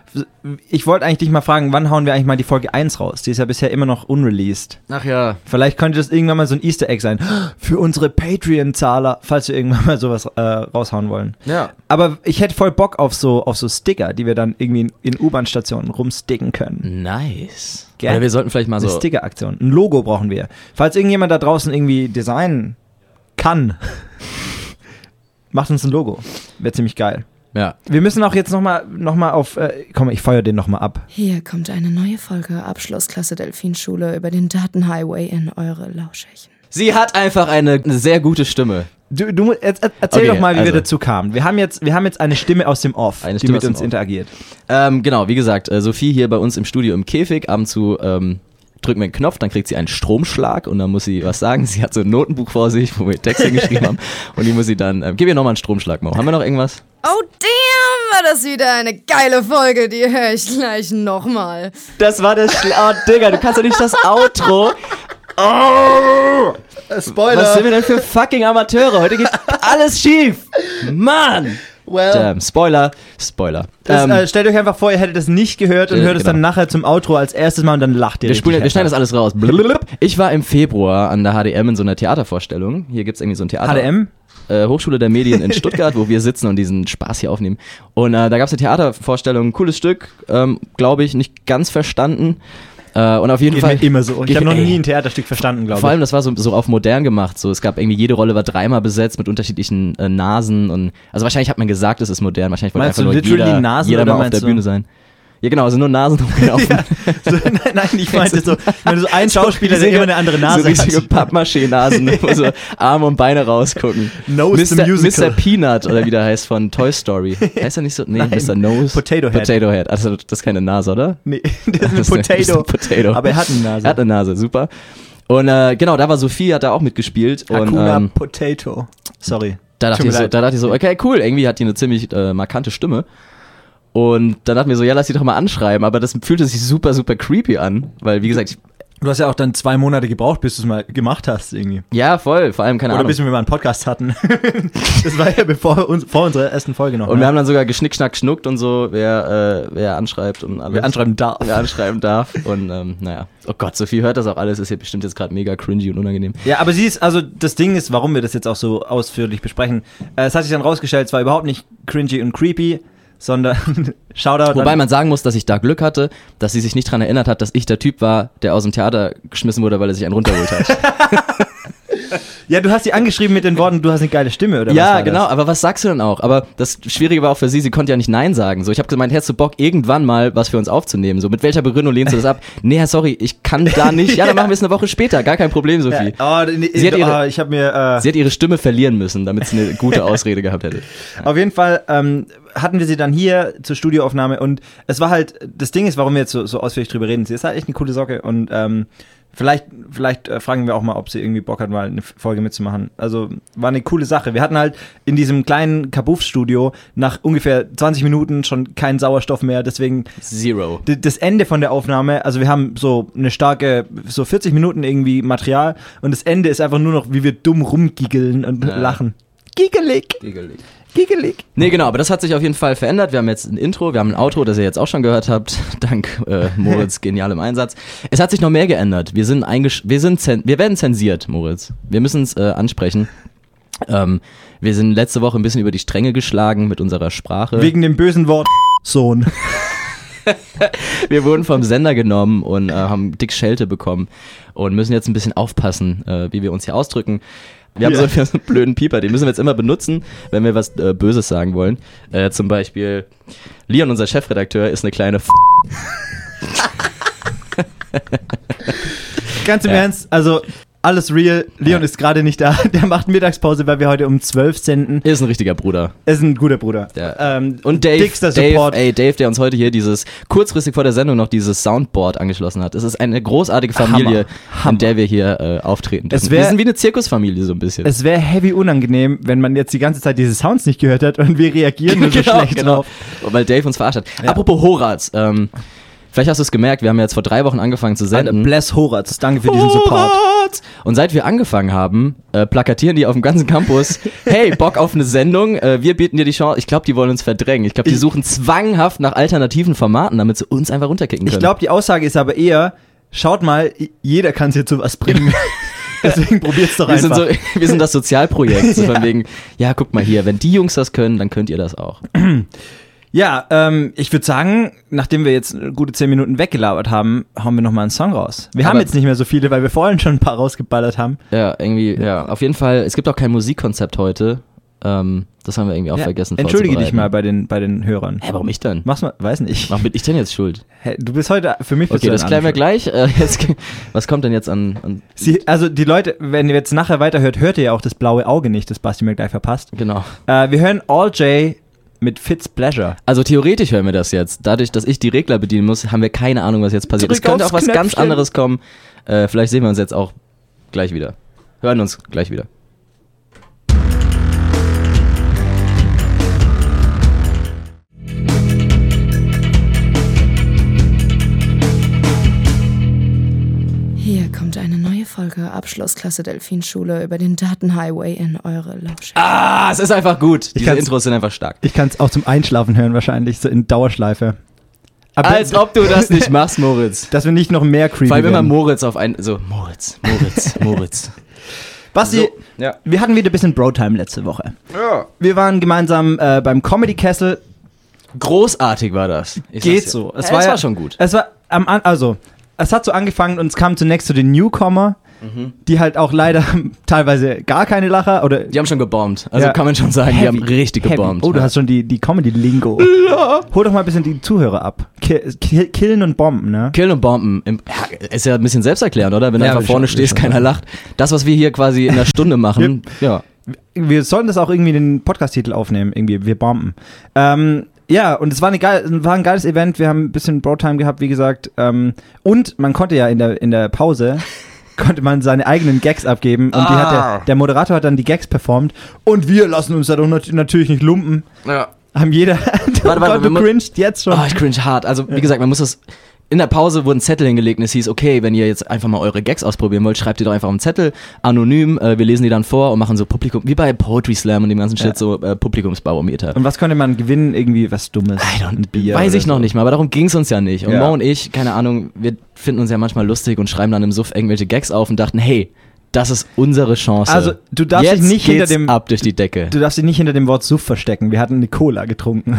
Speaker 1: Ich wollte eigentlich dich mal fragen, wann hauen wir eigentlich mal die Folge 1 raus? Die ist ja bisher immer noch unreleased.
Speaker 2: Ach ja.
Speaker 1: Vielleicht könnte das irgendwann mal so ein Easter Egg sein. *gasps* Für unsere Patreon-Zahler, falls wir irgendwann mal sowas äh, raushauen wollen.
Speaker 2: Ja.
Speaker 1: Aber ich hätte voll Bock auf so, auf so Sticker, die wir dann irgendwie in, in U-Bahn-Stationen rumsticken können.
Speaker 2: Nice.
Speaker 1: Gell?
Speaker 2: Oder wir sollten vielleicht mal
Speaker 1: Eine
Speaker 2: so.
Speaker 1: Sticker-Aktion. Ein Logo brauchen wir. Falls irgendjemand da draußen irgendwie designen kann, *laughs* macht uns ein Logo. Wäre ziemlich geil.
Speaker 2: Ja.
Speaker 1: Wir müssen auch jetzt nochmal noch mal auf. Äh, komm, ich feuer den nochmal ab.
Speaker 3: Hier kommt eine neue Folge Abschlussklasse Delfinschule über den Datenhighway in eure Lauschächen.
Speaker 2: Sie hat einfach eine sehr gute Stimme.
Speaker 1: Du, du, mu- erz- erz- erzähl
Speaker 2: Okay,
Speaker 1: doch mal, wie
Speaker 2: also.
Speaker 1: wir dazu kamen. Wir haben, jetzt, wir haben jetzt eine Stimme aus dem Off,
Speaker 2: Eine
Speaker 1: die
Speaker 2: Stimme
Speaker 1: mit
Speaker 2: aus dem
Speaker 1: uns
Speaker 2: Off.
Speaker 1: interagiert.
Speaker 2: Ähm, genau, wie gesagt, äh, Sophie hier bei uns im Studio im Käfig, ab und zu ähm, drücken wir einen Knopf, dann kriegt sie einen Stromschlag und dann muss sie was sagen. Sie hat so ein Notenbuch vor sich, wo wir Texte geschrieben haben und die muss sie dann, ähm, gib ihr nochmal einen Stromschlag, Mo. Haben wir noch irgendwas?
Speaker 3: Oh damn, war das wieder eine geile Folge, die höre ich gleich nochmal.
Speaker 2: Das war das, oh Digga, du kannst doch nicht das Outro.
Speaker 1: Oh! Spoiler!
Speaker 2: Was sind wir denn für fucking Amateure? Heute geht alles schief. Mann! Damn, Spoiler, Spoiler.
Speaker 1: Das,
Speaker 2: Ähm,
Speaker 1: äh, stellt euch einfach vor, ihr hättet das nicht gehört und
Speaker 2: äh,
Speaker 1: hört es dann
Speaker 2: genau.
Speaker 1: nachher zum Outro als erstes Mal und dann lacht ihr.
Speaker 2: Wir, spulen,
Speaker 1: richtig
Speaker 2: wir schneiden das
Speaker 1: hart.
Speaker 2: alles raus. Blablabla. Ich war im Februar an der HDM in so einer Theatervorstellung. Hier gibt's irgendwie so ein Theater.
Speaker 1: HDM?
Speaker 2: Äh, Hochschule der Medien
Speaker 1: *laughs*
Speaker 2: in Stuttgart, wo wir sitzen und diesen Spaß hier aufnehmen. Und äh, da gab's eine Theatervorstellung, cooles Stück, ähm, glaube ich, nicht ganz verstanden. Äh, und auf jeden
Speaker 1: Geht
Speaker 2: Fall.
Speaker 1: mir immer so. Ich
Speaker 2: Geht-
Speaker 1: habe noch
Speaker 2: ey.
Speaker 1: nie ein Theaterstück verstanden, glaube ich.
Speaker 2: Vor allem, das war so, so auf modern gemacht. So, es gab irgendwie jede Rolle war dreimal besetzt mit unterschiedlichen äh, Nasen und also wahrscheinlich hat man gesagt, es ist modern. Wahrscheinlich wollte
Speaker 1: Meinst
Speaker 2: einfach
Speaker 1: du
Speaker 2: nur
Speaker 1: literally
Speaker 2: jeder,
Speaker 1: Nasen
Speaker 2: jeder
Speaker 1: oder
Speaker 2: mal auf
Speaker 1: meinst
Speaker 2: der
Speaker 1: du-
Speaker 2: Bühne sein. Ja genau, also nur Nasen
Speaker 1: *laughs*
Speaker 2: *laughs* rumgelaufen.
Speaker 1: So, nein, *laughs* nein,
Speaker 2: *laughs*
Speaker 1: ich meinte so, wenn so ein Schauspieler, der
Speaker 2: riesige-
Speaker 1: immer eine andere Nase
Speaker 2: so riesige
Speaker 1: hat.
Speaker 2: Pappmaché-Nasen,
Speaker 1: *laughs*
Speaker 2: wo so Arme und Beine rausgucken.
Speaker 1: Nose the
Speaker 2: Mr.
Speaker 1: Musical.
Speaker 2: Mr. Peanut, oder wie der heißt, von Toy Story. Heißt er nicht so? Nee,
Speaker 1: Nein.
Speaker 2: Mr. Nose.
Speaker 1: Potato Head.
Speaker 2: Potato Head. Also, das ist keine Nase, oder?
Speaker 1: Nee, *laughs* das
Speaker 2: Das
Speaker 1: ist ein
Speaker 2: das ist
Speaker 1: Potato.
Speaker 2: ein Potato.
Speaker 1: Aber er hat eine Nase.
Speaker 2: Er hat eine Nase, super. Und äh, genau, da war Sophie, hat da auch mitgespielt. Und,
Speaker 1: Hakuna
Speaker 2: ähm,
Speaker 1: Potato. Sorry.
Speaker 2: da dachte,
Speaker 1: Tut
Speaker 2: ich
Speaker 1: mir
Speaker 2: so,
Speaker 1: leid.
Speaker 2: da dachte ich so, okay, cool, irgendwie hat die eine ziemlich äh, markante Stimme. Und dann dachten wir so, ja, lass die doch mal anschreiben. Aber das fühlte sich super, super creepy an. Weil, wie gesagt, ich-
Speaker 1: Du hast ja auch dann zwei Monate gebraucht, bis du es mal gemacht hast irgendwie.
Speaker 2: ja, voll, vor allem keine
Speaker 1: Oder
Speaker 2: Ahnung.
Speaker 1: bis wir mal einen Podcast hatten. *laughs* das war ja bevor uns, vor unserer ersten Folge noch.
Speaker 2: Und
Speaker 1: ne?
Speaker 2: wir haben dann sogar geschnick, schnack, schnuckt und so, wer, äh, wer anschreibt und alles.
Speaker 1: Wer anschreiben darf.
Speaker 2: Wer anschreiben darf. Und ähm, naja. Oh Gott, Sophie hört das auch alles, ist hier bestimmt jetzt gerade mega cringy und unangenehm.
Speaker 1: Ja, aber sie ist, also das Ding ist, warum wir das jetzt auch so ausführlich besprechen. Äh, Es hat sich dann rausgestellt, es war überhaupt nicht cringy und creepy, sondern *laughs* Shoutout
Speaker 2: Wobei
Speaker 1: an
Speaker 2: man sagen muss, dass ich da Glück hatte, dass sie sich nicht *laughs* dran erinnert hat, dass ich der Typ war, der aus dem Theater geschmissen wurde, weil er sich einen runtergeholt hat.
Speaker 1: Ja, du hast sie angeschrieben mit den Worten, du hast eine geile Stimme, oder was?
Speaker 2: Ja,
Speaker 1: war
Speaker 2: genau,
Speaker 1: Das?
Speaker 2: aber was sagst du denn auch? Aber das Schwierige war auch für sie, sie konnte ja nicht Nein sagen. So, ich habe gemeint, hättest du Bock, irgendwann mal was für uns aufzunehmen? So, mit welcher Begründung lehnst du das ab? nee, Herr, sorry, ich kann da nicht. Ja, dann *laughs* machen wir es eine Woche später, gar kein Problem, Sophie.
Speaker 1: Ja. Oh, nee,
Speaker 2: Sie hat ihre-
Speaker 1: oh, ich habe mir. Äh,
Speaker 2: *laughs* Sie hat ihre Stimme verlieren müssen, damit sie eine gute Ausrede gehabt hätte.
Speaker 1: Auf jeden Fall ähm, hatten wir sie dann hier zur Studioaufnahme und es war halt, das Ding ist, warum wir jetzt so, so ausführlich drüber reden, sie ist halt echt eine coole Socke und ähm, vielleicht, vielleicht äh, fragen wir auch mal, ob sie irgendwie Bock hat, mal eine Folge mitzumachen. Also war eine coole Sache. Wir hatten halt in diesem kleinen Kabuff-Studio nach ungefähr 20 Minuten schon keinen Sauerstoff mehr, deswegen
Speaker 2: Zero.
Speaker 1: D- das Ende von der Aufnahme, also wir haben so eine starke, so 40 Minuten irgendwie Material und das Ende ist einfach nur noch, wie wir dumm rumgiggeln und
Speaker 2: Ja.
Speaker 1: lachen. Giggelig, giggelig.
Speaker 2: Nee, genau, aber das hat sich auf jeden Fall verändert. Wir haben jetzt ein Intro, wir haben ein Outro, das ihr jetzt auch schon gehört habt, *laughs* dank äh, Moritz genialem Einsatz. Es hat sich noch mehr geändert. Wir sind eingesch wir sind zen wir werden zensiert, Moritz. Wir müssen es äh, ansprechen. Ähm, wir sind letzte Woche ein bisschen über die Stränge geschlagen mit unserer Sprache.
Speaker 1: Wegen dem bösen Wort *laughs* Sohn.
Speaker 2: *laughs* wir wurden vom Sender genommen und äh, haben dick Schelte bekommen und müssen jetzt ein bisschen aufpassen, äh, wie wir uns hier ausdrücken. Wir haben
Speaker 1: Ja.
Speaker 2: so, einen *laughs* blöden Pieper, den müssen wir jetzt immer benutzen, wenn wir was äh, Böses sagen wollen. Äh, zum Beispiel, Leon, unser Chefredakteur, ist eine kleine F
Speaker 1: Ganz im
Speaker 2: Ja.
Speaker 1: Ernst, also alles real. Leon
Speaker 2: Ja.
Speaker 1: ist gerade nicht da. *laughs* Der macht Mittagspause, weil wir heute um 12 senden.
Speaker 2: ist ein richtiger Bruder.
Speaker 1: Er ist ein guter Bruder.
Speaker 2: Ja.
Speaker 1: Ähm,
Speaker 2: Und Dave,
Speaker 1: Dickster
Speaker 2: Dave,
Speaker 1: Support.
Speaker 2: ey, Dave, der uns heute hier dieses kurzfristig vor der Sendung noch dieses Soundboard angeschlossen hat. Es ist eine großartige Familie,
Speaker 1: Hammer. Hammer.
Speaker 2: in der wir hier äh, auftreten
Speaker 1: Es
Speaker 2: dürfen.
Speaker 1: wär-
Speaker 2: Wir sind wie eine Zirkusfamilie so ein bisschen.
Speaker 1: Es wäre heavy unangenehm, wenn man jetzt die ganze Zeit diese Sounds nicht gehört hat und wir
Speaker 2: *laughs*
Speaker 1: reagieren nur so schlecht drauf.
Speaker 2: Genau, Weil Dave uns verarscht hat. Apropos Horaz, ähm, vielleicht hast du es gemerkt, wir haben ja jetzt vor drei Wochen angefangen zu senden.
Speaker 1: Bless Horatz, danke für
Speaker 2: Horaz! Und seit wir angefangen haben, äh, plakatieren die auf dem ganzen
Speaker 1: *laughs*
Speaker 2: Campus, hey, Bock auf eine Sendung, äh, wir bieten dir die Chance. Ich glaube, die wollen uns verdrängen. Ich glaube, die
Speaker 1: Ich-
Speaker 2: suchen zwanghaft nach alternativen Formaten, damit sie uns einfach runterkicken können.
Speaker 1: Ich glaube, die Aussage ist aber eher, schaut mal, jeder kann es hier zu was bringen. *laughs* Deswegen probiert's doch
Speaker 2: wir sind,
Speaker 1: einfach.
Speaker 2: so, *laughs*
Speaker 1: *laughs*
Speaker 2: wir sind das Sozialprojekt. So von wegen, ja, guck mal hier, wenn die Jungs das können, dann könnt ihr das auch.
Speaker 1: ja, ähm, ich würde sagen, nachdem wir jetzt gute 10 Minuten weggelabert haben, hauen wir nochmal einen Song raus. Wir haben
Speaker 2: Aber-
Speaker 1: jetzt nicht mehr so viele, weil wir vorhin schon ein paar rausgeballert haben.
Speaker 2: Ja, irgendwie, ja. Auf jeden Fall, es gibt auch kein Musikkonzept heute. Ähm, das haben wir irgendwie auch
Speaker 1: Ja,
Speaker 2: vergessen.
Speaker 1: Entschuldige dich mal
Speaker 2: vorzubereiten.
Speaker 1: bei den, bei den Hörern.
Speaker 2: Hä, warum ich denn?
Speaker 1: Mach's mal, weiß nicht.
Speaker 2: Warum bin ich denn jetzt schuld?
Speaker 1: Hä, Du bist heute, für mich bist
Speaker 2: Okay,
Speaker 1: du
Speaker 2: das
Speaker 1: ein
Speaker 2: klären wir
Speaker 1: anderer.
Speaker 2: gleich. Äh, jetzt, was kommt denn jetzt an? an
Speaker 1: Sie, also die Leute, wenn ihr jetzt nachher weiterhört, hört ihr ja auch das blaue Auge nicht, das Basti mir gleich verpasst.
Speaker 2: genau.
Speaker 1: Äh, wir hören All J mit Fitz Pleasure.
Speaker 2: Also theoretisch hören wir das jetzt. Dadurch, dass ich die Regler bedienen muss, haben wir keine Ahnung, was jetzt passiert.
Speaker 1: Drück
Speaker 2: es könnte
Speaker 1: aufs
Speaker 2: auch was ganz
Speaker 1: Knöpfchen.
Speaker 2: anderes kommen. Äh, vielleicht sehen wir uns jetzt auch gleich wieder. Hören uns gleich wieder.
Speaker 3: Hier kommt eine neue Folge Abschlussklasse Delfinschule über den Datenhighway in eure Lausche.
Speaker 2: Ah, es ist einfach gut. Diese
Speaker 1: kann's-
Speaker 2: Intros sind einfach stark.
Speaker 1: Ich kann es auch zum Einschlafen hören wahrscheinlich, so in Dauerschleife. Aber
Speaker 2: Als ob du das nicht
Speaker 1: *laughs*
Speaker 2: machst, Moritz.
Speaker 1: dass wir nicht noch mehr creepy
Speaker 2: Vor allem immer
Speaker 1: werden.
Speaker 2: Moritz auf einen. So, Moritz,
Speaker 1: *laughs*
Speaker 2: Moritz, Moritz.
Speaker 1: Basti,
Speaker 2: So, Also, ja.
Speaker 1: wir hatten wieder ein bisschen Bro-Time letzte Woche. Ja. Wir waren gemeinsam äh, beim Comedy Castle.
Speaker 2: Großartig war das. Ich sag's
Speaker 1: Geht
Speaker 2: dir.
Speaker 1: so.
Speaker 2: Es war,
Speaker 1: ja-
Speaker 2: war schon gut.
Speaker 1: Es war am An also es hat so angefangen und es kam zunächst zu den Newcomer, die halt auch leider *laughs* teilweise gar keine Lacher oder
Speaker 2: Mhm. Die haben schon gebombt. Also
Speaker 1: Ja.
Speaker 2: kann man schon sagen, die haben
Speaker 1: Heavy,
Speaker 2: richtig
Speaker 1: heavy.
Speaker 2: gebombt.
Speaker 1: Oh, du hast schon die, die Comedy-Lingo. Hol doch mal ein bisschen die Zuhörer ab. Ki- ki- Killen und Bomben, ne?
Speaker 2: Killen und Bomben. Im- Ja, ist ja ein bisschen selbsterklärend, oder? Wenn du
Speaker 1: Ja,
Speaker 2: einfach
Speaker 1: will
Speaker 2: vorne
Speaker 1: schon- will
Speaker 2: stehst,
Speaker 1: schon
Speaker 2: keiner lacht. Das, was wir hier quasi in einer *laughs* Stunde machen, ja.
Speaker 1: wir sollen das auch irgendwie in den Podcast-Titel aufnehmen, irgendwie, wir bomben. Ähm, ja, und es war, eine geil, war ein geiles Event, wir haben ein bisschen Broadtime gehabt, wie gesagt. Ähm, und man konnte ja in der, in der Pause, *laughs* konnte man seine eigenen Gags abgeben und die hat der, der Moderator hat dann die Gags performt und wir lassen uns da doch nat natürlich nicht lumpen.
Speaker 2: ja.
Speaker 1: Haben jeder, *laughs*
Speaker 2: warte,
Speaker 1: Gott,
Speaker 2: wir
Speaker 1: du
Speaker 2: mu-
Speaker 1: cringed jetzt schon.
Speaker 2: Oh, ich cringe hart. Also, wie gesagt, man muss das. In der Pause wurden Zettel hingelegt und es hieß, okay, wenn ihr jetzt einfach mal eure Gags ausprobieren wollt, schreibt ihr doch einfach auf einen Zettel, anonym, äh, wir lesen die dann vor und machen so Publikum, wie bei Poetry Slam und dem ganzen Shit,
Speaker 1: Ja.
Speaker 2: so äh, Publikumsbarometer.
Speaker 1: und was konnte man gewinnen? Irgendwie was Dummes.
Speaker 2: I don't,
Speaker 1: Ein Bier
Speaker 2: weiß
Speaker 1: oder
Speaker 2: ich noch
Speaker 1: so.
Speaker 2: nicht mal, aber darum ging's uns ja nicht. Und
Speaker 1: Ja.
Speaker 2: Mo und ich, keine Ahnung, wir finden uns ja manchmal lustig und schreiben dann im Suff irgendwelche Gags auf und dachten, hey, das ist unsere Chance.
Speaker 1: Also, du darfst
Speaker 2: Jetzt
Speaker 1: dich nicht hinter
Speaker 2: geht's
Speaker 1: dem-
Speaker 2: ab durch die Decke. *laughs*
Speaker 1: Du darfst dich nicht hinter dem Wort Suff verstecken. Wir hatten eine Cola getrunken.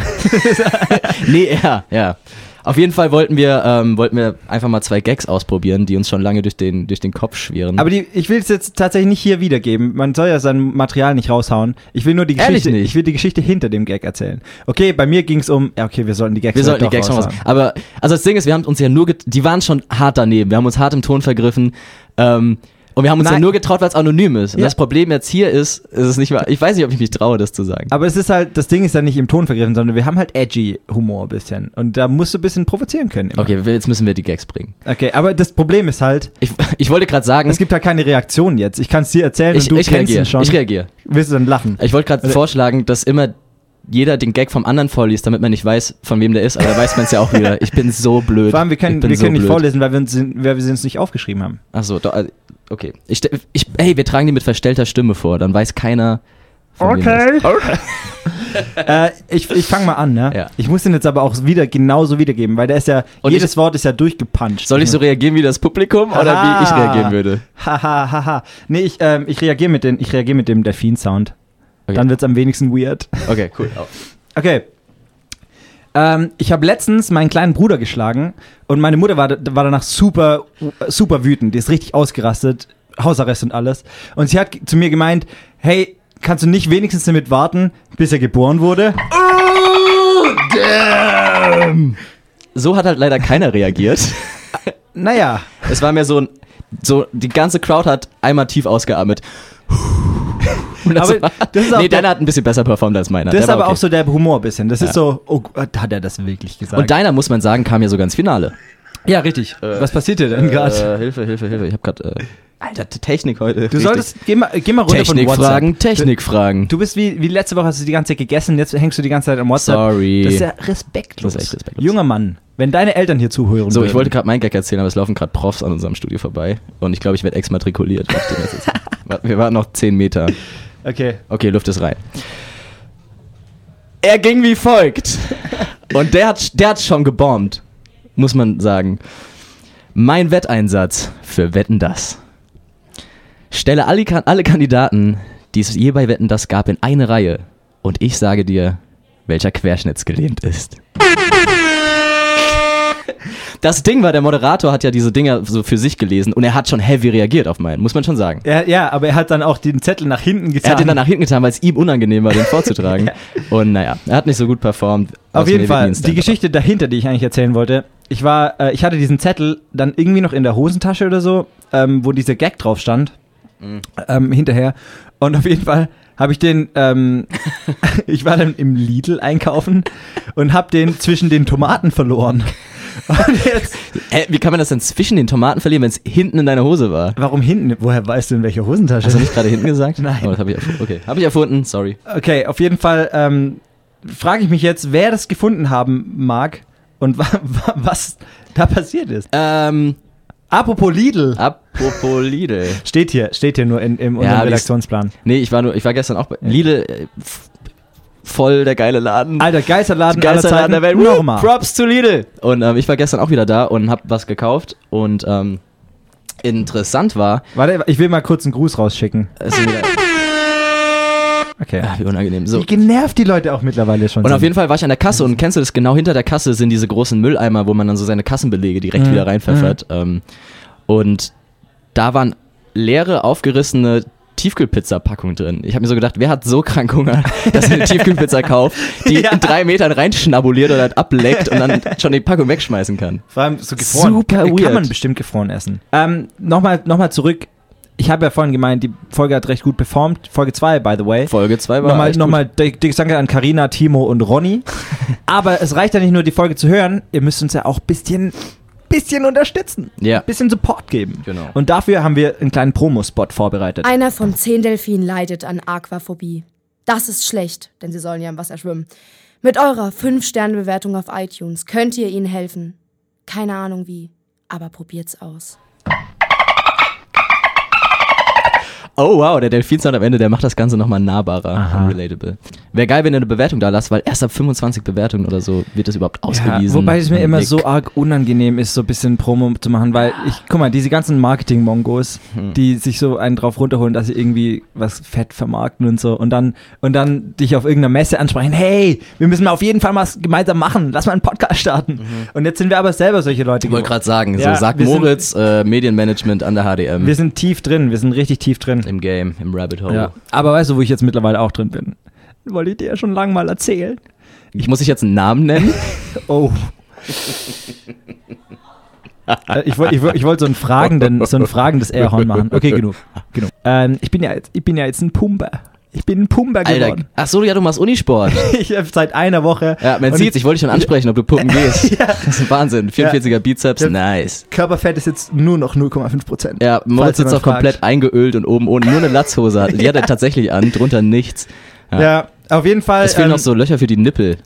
Speaker 2: nee, ja, ja. Auf jeden Fall wollten wir, ähm, wollten wir einfach mal zwei Gags ausprobieren, die uns schon lange durch den, durch den Kopf schwirren.
Speaker 1: Aber die, ich will es jetzt tatsächlich nicht hier wiedergeben. Man soll ja sein Material nicht raushauen. Ich will nur die
Speaker 2: Ehrlich
Speaker 1: Geschichte,
Speaker 2: nicht?
Speaker 1: ich will die Geschichte hinter dem Gag erzählen. Okay, bei mir ging es um, ja, okay, wir sollten die Gags
Speaker 2: wir sollten die
Speaker 1: doch
Speaker 2: Gags noch was.
Speaker 1: raushauen.
Speaker 2: Aber, also das Ding ist, wir haben uns ja nur, get- die waren schon hart daneben. Wir haben uns hart im Ton vergriffen. Ähm, und wir haben uns ja
Speaker 1: Nein.
Speaker 2: nur getraut, weil es anonym ist. Und
Speaker 1: Ja.
Speaker 2: das Problem jetzt hier ist, ist es nicht mal, ich weiß nicht, ob ich mich traue, das zu sagen.
Speaker 1: Aber es ist halt, das Ding ist ja nicht im Ton vergriffen, sondern wir haben halt edgy Humor ein bisschen. Und da musst du ein bisschen provozieren können. Immer.
Speaker 2: Okay, wir- jetzt müssen wir die Gags bringen.
Speaker 1: Okay, aber das Problem ist halt,
Speaker 2: Ich, *laughs* ich wollte gerade sagen,
Speaker 1: es gibt halt keine Reaktion jetzt. Ich kann es dir erzählen
Speaker 2: Mhm. ich,
Speaker 1: und du
Speaker 2: ich
Speaker 1: kennst
Speaker 2: reagiere.
Speaker 1: ihn schon.
Speaker 2: Ich reagiere.
Speaker 1: Wirst du dann lachen.
Speaker 2: Ich wollte gerade
Speaker 1: Also-
Speaker 2: vorschlagen, dass immer jeder den Gag vom anderen vorliest, damit man nicht weiß, von wem der ist, aber da weiß man es ja auch wieder. Ich bin so blöd.
Speaker 1: Vor allem, wir
Speaker 2: ich
Speaker 1: können,
Speaker 2: bin
Speaker 1: wir
Speaker 2: so
Speaker 1: können nicht
Speaker 2: blöd.
Speaker 1: vorlesen, weil wir uns, weil wir sie uns nicht aufgeschrieben haben.
Speaker 2: Achso, doch, also, okay. Ich, ste- ich, hey, wir tragen die mit verstellter Stimme vor, dann weiß keiner. von wem das ist.
Speaker 1: äh, ich ich fange mal an, ne?
Speaker 2: Ja.
Speaker 1: Ich muss den jetzt aber auch wieder genauso wiedergeben, weil der ist ja,
Speaker 2: Und
Speaker 1: jedes Wort ist ja durchgepuncht.
Speaker 2: Soll ich so reagieren wie das Publikum oder wie ich
Speaker 1: Aha.
Speaker 2: reagieren würde?
Speaker 1: Haha, haha. Nee, ich, ähm, ich reagiere mit, den- ich reagier mit dem Delfin-Sound.
Speaker 2: Okay.
Speaker 1: Dann wird's am wenigsten weird.
Speaker 2: Okay, cool.
Speaker 1: Okay. Ähm, ich habe letztens meinen kleinen Bruder geschlagen und meine Mutter war, da- war danach super, super wütend. Die ist richtig ausgerastet, Hausarrest und alles. Und sie hat zu mir gemeint, hey, kannst du nicht wenigstens damit warten, bis er geboren wurde?
Speaker 2: So hat halt leider keiner reagiert.
Speaker 1: Naja,
Speaker 2: es war mehr so ein. So, die ganze Crowd hat einmal
Speaker 1: *laughs*
Speaker 2: tief ausgeatmet. Und das
Speaker 1: Aber
Speaker 2: war-
Speaker 1: das ist auch
Speaker 2: nee,
Speaker 1: der-
Speaker 2: deiner hat ein bisschen besser performt als meiner.
Speaker 1: das
Speaker 2: Der
Speaker 1: ist
Speaker 2: war
Speaker 1: aber
Speaker 2: okay.
Speaker 1: auch so der Humor ein bisschen. Das
Speaker 2: Ja.
Speaker 1: ist so, oh, Gott, hat er das wirklich gesagt?
Speaker 2: Und deiner, muss man sagen, kam ja sogar ins
Speaker 1: *laughs*
Speaker 2: Finale.
Speaker 1: ja, richtig.
Speaker 2: Äh,
Speaker 1: Was passiert dir denn gerade?
Speaker 2: Äh, Hilfe, Hilfe, Hilfe. Ich hab grad. Äh, Alter, Technik heute.
Speaker 1: Du solltest, geh mal, geh mal runter von WhatsApp.
Speaker 2: Technikfragen, Technikfragen.
Speaker 1: Du bist wie, wie letzte Woche hast du die ganze Zeit gegessen, jetzt hängst du die ganze Zeit am WhatsApp.
Speaker 2: Sorry.
Speaker 1: Das ist ja respektlos.
Speaker 2: Das ist echt respektlos.
Speaker 1: Junger Mann, wenn deine Eltern hier zuhören.
Speaker 2: So, ich
Speaker 1: würden.
Speaker 2: wollte gerade meinen Gag erzählen, aber es laufen gerade Profs an unserem Studio vorbei. Und ich glaube, ich werde exmatrikuliert. wenn ich den jetzt erzähle.
Speaker 1: *laughs*
Speaker 2: Warte, Wir waren noch 10 Meter.
Speaker 1: Okay.
Speaker 2: Okay, Luft ist rein. Er ging wie folgt. Und der hat, der hat schon gebombt, muss man sagen. Mein Wetteinsatz für Wetten das. Stelle alle, Kan- alle Kandidaten, die es je bei Wetten das gab, in eine Reihe. Und ich sage dir, welcher querschnittsgelähmt ist. Das Ding war, der Moderator hat ja diese Dinger so für sich gelesen und er hat schon heavy reagiert auf meinen, muss man schon sagen.
Speaker 1: Ja, ja, aber er hat dann auch den Zettel nach hinten getan.
Speaker 2: Er hat ihn dann nach hinten getan, weil es ihm unangenehm war,
Speaker 1: *laughs*
Speaker 2: den vorzutragen. Und naja, er hat nicht so gut performt.
Speaker 1: Auf
Speaker 2: Aus
Speaker 1: jeden
Speaker 2: mir
Speaker 1: Fall,
Speaker 2: wird nie ein
Speaker 1: die
Speaker 2: Stand-up.
Speaker 1: Geschichte dahinter, die ich eigentlich erzählen wollte, ich war, äh, ich hatte diesen Zettel dann irgendwie noch in der Hosentasche oder so, ähm, wo dieser Gag drauf stand,
Speaker 2: Mhm.
Speaker 1: ähm, hinterher. Und auf jeden Fall habe ich den, ähm,
Speaker 2: *laughs*
Speaker 1: ich war dann im Lidl einkaufen und habe den zwischen den Tomaten verloren. Und jetzt,
Speaker 2: Hä, wie kann man das denn zwischen den Tomaten verlieren, wenn es hinten in deiner Hose war?
Speaker 1: warum hinten? Woher weißt du, in welcher Hosentasche?
Speaker 2: Hast du nicht gerade hinten
Speaker 1: *laughs*
Speaker 2: gesagt?
Speaker 1: Nein.
Speaker 2: Oh, Also, das hab ich erf- okay, habe ich erfunden, sorry.
Speaker 1: Okay, auf jeden Fall ähm, frage ich mich jetzt, wer das gefunden haben mag und wa wa was da passiert ist.
Speaker 2: Ähm,
Speaker 1: Apropos Lidl.
Speaker 2: apropos Lidl.
Speaker 1: Steht hier, steht hier nur in, in unserem
Speaker 2: aber die-
Speaker 1: Redaktionsplan.
Speaker 2: Nee, ich war nur, ich war gestern auch bei Lidl, äh, f- voll der geile Laden.
Speaker 1: Alter, Geisterladen,
Speaker 2: Geisterladen
Speaker 1: aller
Speaker 2: der Welt.
Speaker 1: Zeiten.
Speaker 2: Woo,
Speaker 1: Nochmal.
Speaker 2: Props zu Lidl. Und ähm, ich war gestern auch wieder da und habe was gekauft und ähm, interessant war,
Speaker 1: Warte, ich will mal kurz einen Gruß rausschicken.
Speaker 2: es ist wieder,
Speaker 1: Okay.
Speaker 2: ah, wie unangenehm. So,
Speaker 1: Wie genervt die Leute auch mittlerweile schon
Speaker 2: Und
Speaker 1: sind.
Speaker 2: auf jeden Fall war ich an der Kasse und kennst du das genau hinter der Kasse sind diese großen Mülleimer, wo man dann so seine Kassenbelege direkt
Speaker 1: Mhm.
Speaker 2: wieder reinpfeffert. Ähm, und da waren leere, aufgerissene Tiefkühlpizza-Packungen drin. Ich habe mir so gedacht, wer hat so
Speaker 1: *laughs*
Speaker 2: krank Hunger, dass er eine Tiefkühlpizza kauft, die
Speaker 1: Ja.
Speaker 2: in drei Metern reinschnabuliert oder halt ableckt und dann schon die Packung wegschmeißen kann?
Speaker 1: Vor allem so gefroren.
Speaker 2: Super
Speaker 1: Kann
Speaker 2: weird.
Speaker 1: man bestimmt gefroren essen. Ähm, nochmal noch mal zurück. Ich habe ja vorhin gemeint, die Folge hat recht gut performt. Folge 2, by the way.
Speaker 2: Folge 2 war
Speaker 1: Nochmal,
Speaker 2: echt
Speaker 1: nochmal dick- dickes Danke an Karina, Timo und
Speaker 2: *laughs*
Speaker 1: Ronny. Aber es reicht ja nicht nur, die Folge zu hören. Ihr müsst uns ja auch ein bisschen, bisschen unterstützen.
Speaker 2: gut. Ja.
Speaker 1: Bisschen Support geben.
Speaker 2: Genau.
Speaker 1: Und dafür haben wir einen kleinen Promospot vorbereitet.
Speaker 3: Einer von zehn Delfinen leidet an Aquaphobie. Das ist schlecht, denn sie sollen ja im Wasser schwimmen. Mit eurer 5-Sterne-Bewertung auf iTunes könnt ihr ihnen helfen. Keine Ahnung wie, aber probiert's aus.
Speaker 2: Oh wow, der Delfinsound am Ende, der macht das Ganze nochmal nahbarer
Speaker 1: Aha.
Speaker 2: und relatable. Wäre geil, wenn ihr eine Bewertung da lasst, weil erst ab 25 Bewertungen oder so wird das überhaupt ausgewiesen.
Speaker 1: wobei es mir
Speaker 2: Ein
Speaker 1: immer
Speaker 2: Blick. Ah.
Speaker 1: so arg unangenehm ist, so ein bisschen Promo zu machen, weil ich, guck mal, diese ganzen Marketing-Mongos,
Speaker 2: Hm.
Speaker 1: die sich so einen drauf runterholen, dass sie irgendwie was fett vermarkten und so und dann, und dann dich auf irgendeiner Messe ansprechen, hey, wir müssen mal auf jeden Fall was gemeinsam machen, lass mal einen Podcast starten. Und jetzt sind wir aber selber solche Leute
Speaker 2: Mhm. Ich wollte
Speaker 1: geworden.
Speaker 2: gerade sagen,
Speaker 1: Ja,
Speaker 2: so sagt
Speaker 1: wir sind-
Speaker 2: Moritz, äh, Medienmanagement an der HDM.
Speaker 1: Wir sind tief drin, wir sind richtig tief drin.
Speaker 2: im Game, im Rabbit Hole.
Speaker 1: Ja. Aber weißt du, wo ich jetzt mittlerweile auch drin bin? Wollte ich dir ja schon lange mal erzählen.
Speaker 2: Ich muss ich jetzt einen
Speaker 1: *laughs*
Speaker 2: Namen nennen?
Speaker 1: Oh. Äh, ich wollte ich wollt, ich wollt so ein fragenden, so ein fragendes Airhorn machen. Okay, genug. genug. Ähm, ich bin ja jetzt, ich bin ja jetzt ein Pumper. Ich bin ein Pumper
Speaker 2: Alter,
Speaker 1: geworden. *laughs*
Speaker 2: ach so, ja, du machst Unisport.
Speaker 1: Ich habe seit einer Woche
Speaker 2: Ja, man
Speaker 1: Und
Speaker 2: sieht's, ich wollte dich schon ansprechen, ob du
Speaker 1: *laughs*
Speaker 2: Puppen gehst. Das ist Wahnsinn. 44er Bizeps,
Speaker 1: Ja.
Speaker 2: nice.
Speaker 1: Körperfett ist jetzt nur noch 0,5 Prozent.
Speaker 2: Ja, Moritz
Speaker 1: Falls
Speaker 2: sitzt
Speaker 1: jemand
Speaker 2: auch komplett eingeölt und oben ohne, nur eine Latzhose hat.
Speaker 1: *laughs*
Speaker 2: Die hat er tatsächlich an, drunter nichts.
Speaker 1: Ja. auf jeden Fall.
Speaker 2: Es fehlen
Speaker 1: ähm,
Speaker 2: noch so Löcher für die Nippel.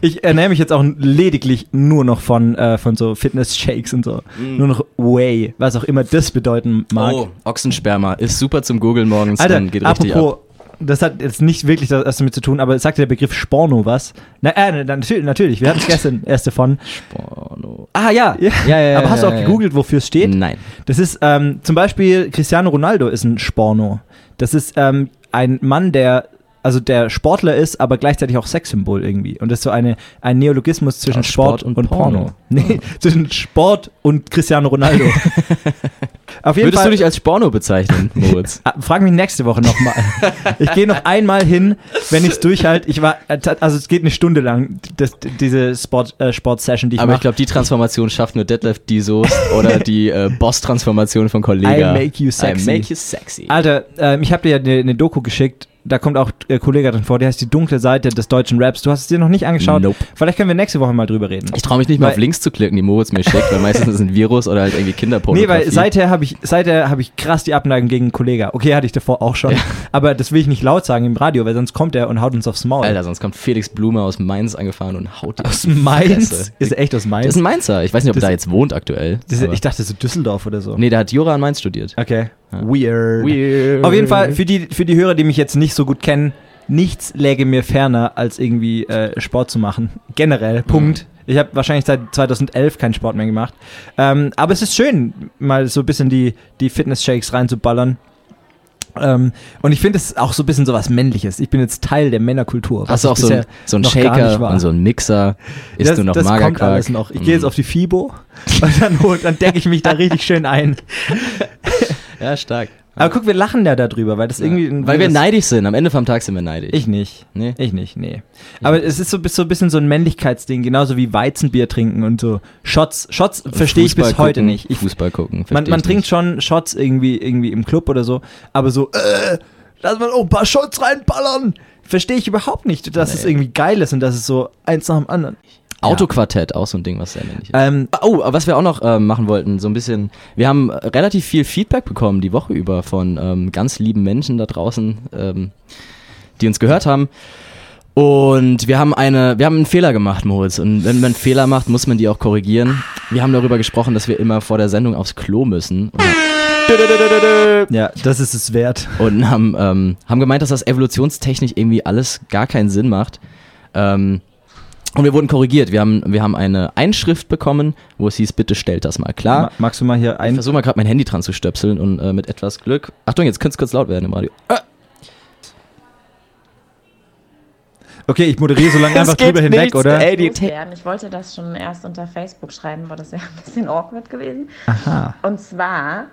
Speaker 1: Ich ernähre mich jetzt auch lediglich nur noch von, äh, von so Fitness-Shakes und so.
Speaker 2: Mhm.
Speaker 1: Nur noch Whey, was auch immer das bedeuten mag.
Speaker 2: Oh, Ochsensperma ist super zum Googeln morgens
Speaker 1: Alter,
Speaker 2: und geht richtig
Speaker 1: apropos,
Speaker 2: ab.
Speaker 1: das hat jetzt nicht wirklich das- was damit zu tun, aber sagt dir der Begriff Sporno was? Na, äh, na- natürlich, natürlich, wir hatten es
Speaker 2: *laughs*
Speaker 1: gestern erst davon.
Speaker 2: Porno. Ah ja. ja, ja, ja
Speaker 1: aber hast du
Speaker 2: ja,
Speaker 1: auch
Speaker 2: ja. Mhm.
Speaker 1: gegoogelt, wofür es steht?
Speaker 2: Nein.
Speaker 1: Das ist ähm, zum Beispiel Cristiano Ronaldo ist ein Sporno. Das ist ähm, ein Mann, der also der Sportler ist, aber gleichzeitig auch Sexsymbol irgendwie. Und das ist so eine, ein Neologismus zwischen
Speaker 2: Aus
Speaker 1: Sport, und, Porno.
Speaker 2: Porno.
Speaker 1: Nee, *laughs* zwischen Sport und Cristiano
Speaker 2: *laughs*
Speaker 1: Ronaldo. Auf jeden
Speaker 2: Würdest du dich als Sporno bezeichnen, Moritz?
Speaker 1: Ah, Frag mich nächste Woche
Speaker 2: *laughs*
Speaker 1: nochmal. ich gehe noch einmal hin, wenn ich es durchhalte. Ich war, äh, ta- also es geht eine Stunde lang, das, diese Sport, äh, Sport-Session, die ich
Speaker 2: Aber ich
Speaker 1: mache.
Speaker 2: glaube, die Transformation schafft nur Detlef die Soest
Speaker 1: *laughs*
Speaker 2: oder die äh, Boss-Transformation von Kollega.
Speaker 1: I make you sexy.
Speaker 2: I make you sexy.
Speaker 1: Alter, ähm, ich habe dir ja eine ne Doku geschickt, da kommt auch äh, Kollege drin vor, der heißt die dunkle Seite des deutschen Raps. Du hast es dir noch nicht angeschaut.
Speaker 2: Nope.
Speaker 1: Vielleicht können wir nächste Woche mal drüber reden.
Speaker 2: Ich traue mich nicht mal
Speaker 1: Weil-
Speaker 2: auf Links zu klicken, die Moritz mir schickt, weil meistens ist es ein Virus oder halt irgendwie
Speaker 1: Nee,
Speaker 2: Kinderpornografie.
Speaker 1: weil seither habe ich, seither hab ich krass die Abneigung gegen Kollega. Okay, hatte ich davor auch schon. Aber das will ich nicht laut sagen im Radio, weil sonst kommt er und haut uns aufs Maul.
Speaker 2: Alter, sonst kommt Felix Blume aus Mainz angefahren und haut dir
Speaker 1: Aus
Speaker 2: auf die
Speaker 1: Mainz?
Speaker 2: Fresse.
Speaker 1: Ist er echt aus
Speaker 2: Das ist
Speaker 1: Mainz?
Speaker 2: ein Mainzer. Ich weiß nicht, ob er
Speaker 1: Das-
Speaker 2: da jetzt wohnt aktuell.
Speaker 1: Das ist,
Speaker 2: aber-
Speaker 1: ich dachte so Düsseldorf oder so.
Speaker 2: nee, der hat Jura in Mainz studiert.
Speaker 1: Okay. Weird.
Speaker 2: Weird.
Speaker 1: Auf jeden Fall, für die, für die Hörer, die mich jetzt nicht so gut kennen, nichts läge mir ferner, als irgendwie äh, Sport zu machen.
Speaker 2: Mhm.
Speaker 1: Generell, Punkt. Ich habe wahrscheinlich seit 2011 keinen Sport mehr gemacht. Ähm, aber es ist schön, mal so ein bisschen die, die Fitness-Shakes reinzuballern. Ähm, und ich finde es auch so ein bisschen so was Männliches. Ich bin jetzt Teil der Männerkultur. was
Speaker 2: Hast du
Speaker 1: ich
Speaker 2: auch so
Speaker 1: bisher
Speaker 2: ein, so ein
Speaker 1: noch gar nicht
Speaker 2: Shaker
Speaker 1: war.
Speaker 2: und so ein Mixer? Ist
Speaker 1: das,
Speaker 2: du noch
Speaker 1: das
Speaker 2: Magerquark?
Speaker 1: kommt alles noch. Ich gehe
Speaker 2: Mm.
Speaker 1: jetzt auf die FIBO und dann, hol- dann decke ich mich
Speaker 2: *laughs*
Speaker 1: da richtig schön ein.
Speaker 2: Ja, stark.
Speaker 1: Aber guck, wir lachen ja darüber, weil das irgendwie... ein-
Speaker 2: Weil wir
Speaker 1: das-
Speaker 2: neidisch sind. Am Ende vom Tag sind wir neidisch.
Speaker 1: Ich nicht.
Speaker 2: Nee?
Speaker 1: Ich nicht, nee. Aber es ist so, so ein bisschen so ein Männlichkeitsding, genauso wie Weizenbier trinken und so. Shots, Shots verstehe ich
Speaker 2: Fußball
Speaker 1: bis heute
Speaker 2: gucken,
Speaker 1: nicht. Ich,
Speaker 2: Fußball gucken.
Speaker 1: man
Speaker 2: versteh
Speaker 1: man
Speaker 2: ich
Speaker 1: trinkt
Speaker 2: nicht.
Speaker 1: schon Shots irgendwie, irgendwie im Club oder so, aber so, äh, lass mal auch ein paar Shots reinballern. Verstehe ich überhaupt nicht, dass es
Speaker 2: Nee.
Speaker 1: irgendwie geil ist und dass es so eins nach dem anderen.
Speaker 2: Autoquartett, auch so ein Ding, was sehr männlich ist.
Speaker 1: Ähm,
Speaker 2: Oh, aber was wir auch noch ähm, machen wollten, so ein bisschen, wir haben äh, relativ viel Feedback bekommen die Woche über von ähm, ganz lieben Menschen da draußen, ähm, die uns gehört haben. Und wir haben eine, wir haben einen Fehler gemacht, Moritz. Und wenn man Fehler macht, muss man die auch korrigieren. Wir haben darüber gesprochen, dass wir immer vor der Sendung aufs Klo müssen
Speaker 1: ja, das ist es wert.
Speaker 2: und haben, ähm, haben gemeint, dass das evolutionstechnisch irgendwie alles gar keinen Sinn macht. Ähm, und wir wurden korrigiert. Wir haben, wir haben eine Einschrift bekommen, wo es hieß, bitte stellt das mal klar.
Speaker 1: Ma- Magst du mal hier
Speaker 2: Ah? Ich
Speaker 1: ein...
Speaker 2: versuche mal gerade mein Handy dran zu stöpseln und äh, mit etwas Glück. Achtung, jetzt könnte es kurz laut werden im Radio.
Speaker 1: Okay, ich moderiere so lange einfach drüber hinweg, oder?
Speaker 4: loswerden. Ich wollte das schon erst unter Facebook schreiben, weil das wäre *laughs* ein bisschen awkward gewesen.
Speaker 1: Aha.
Speaker 4: Und zwar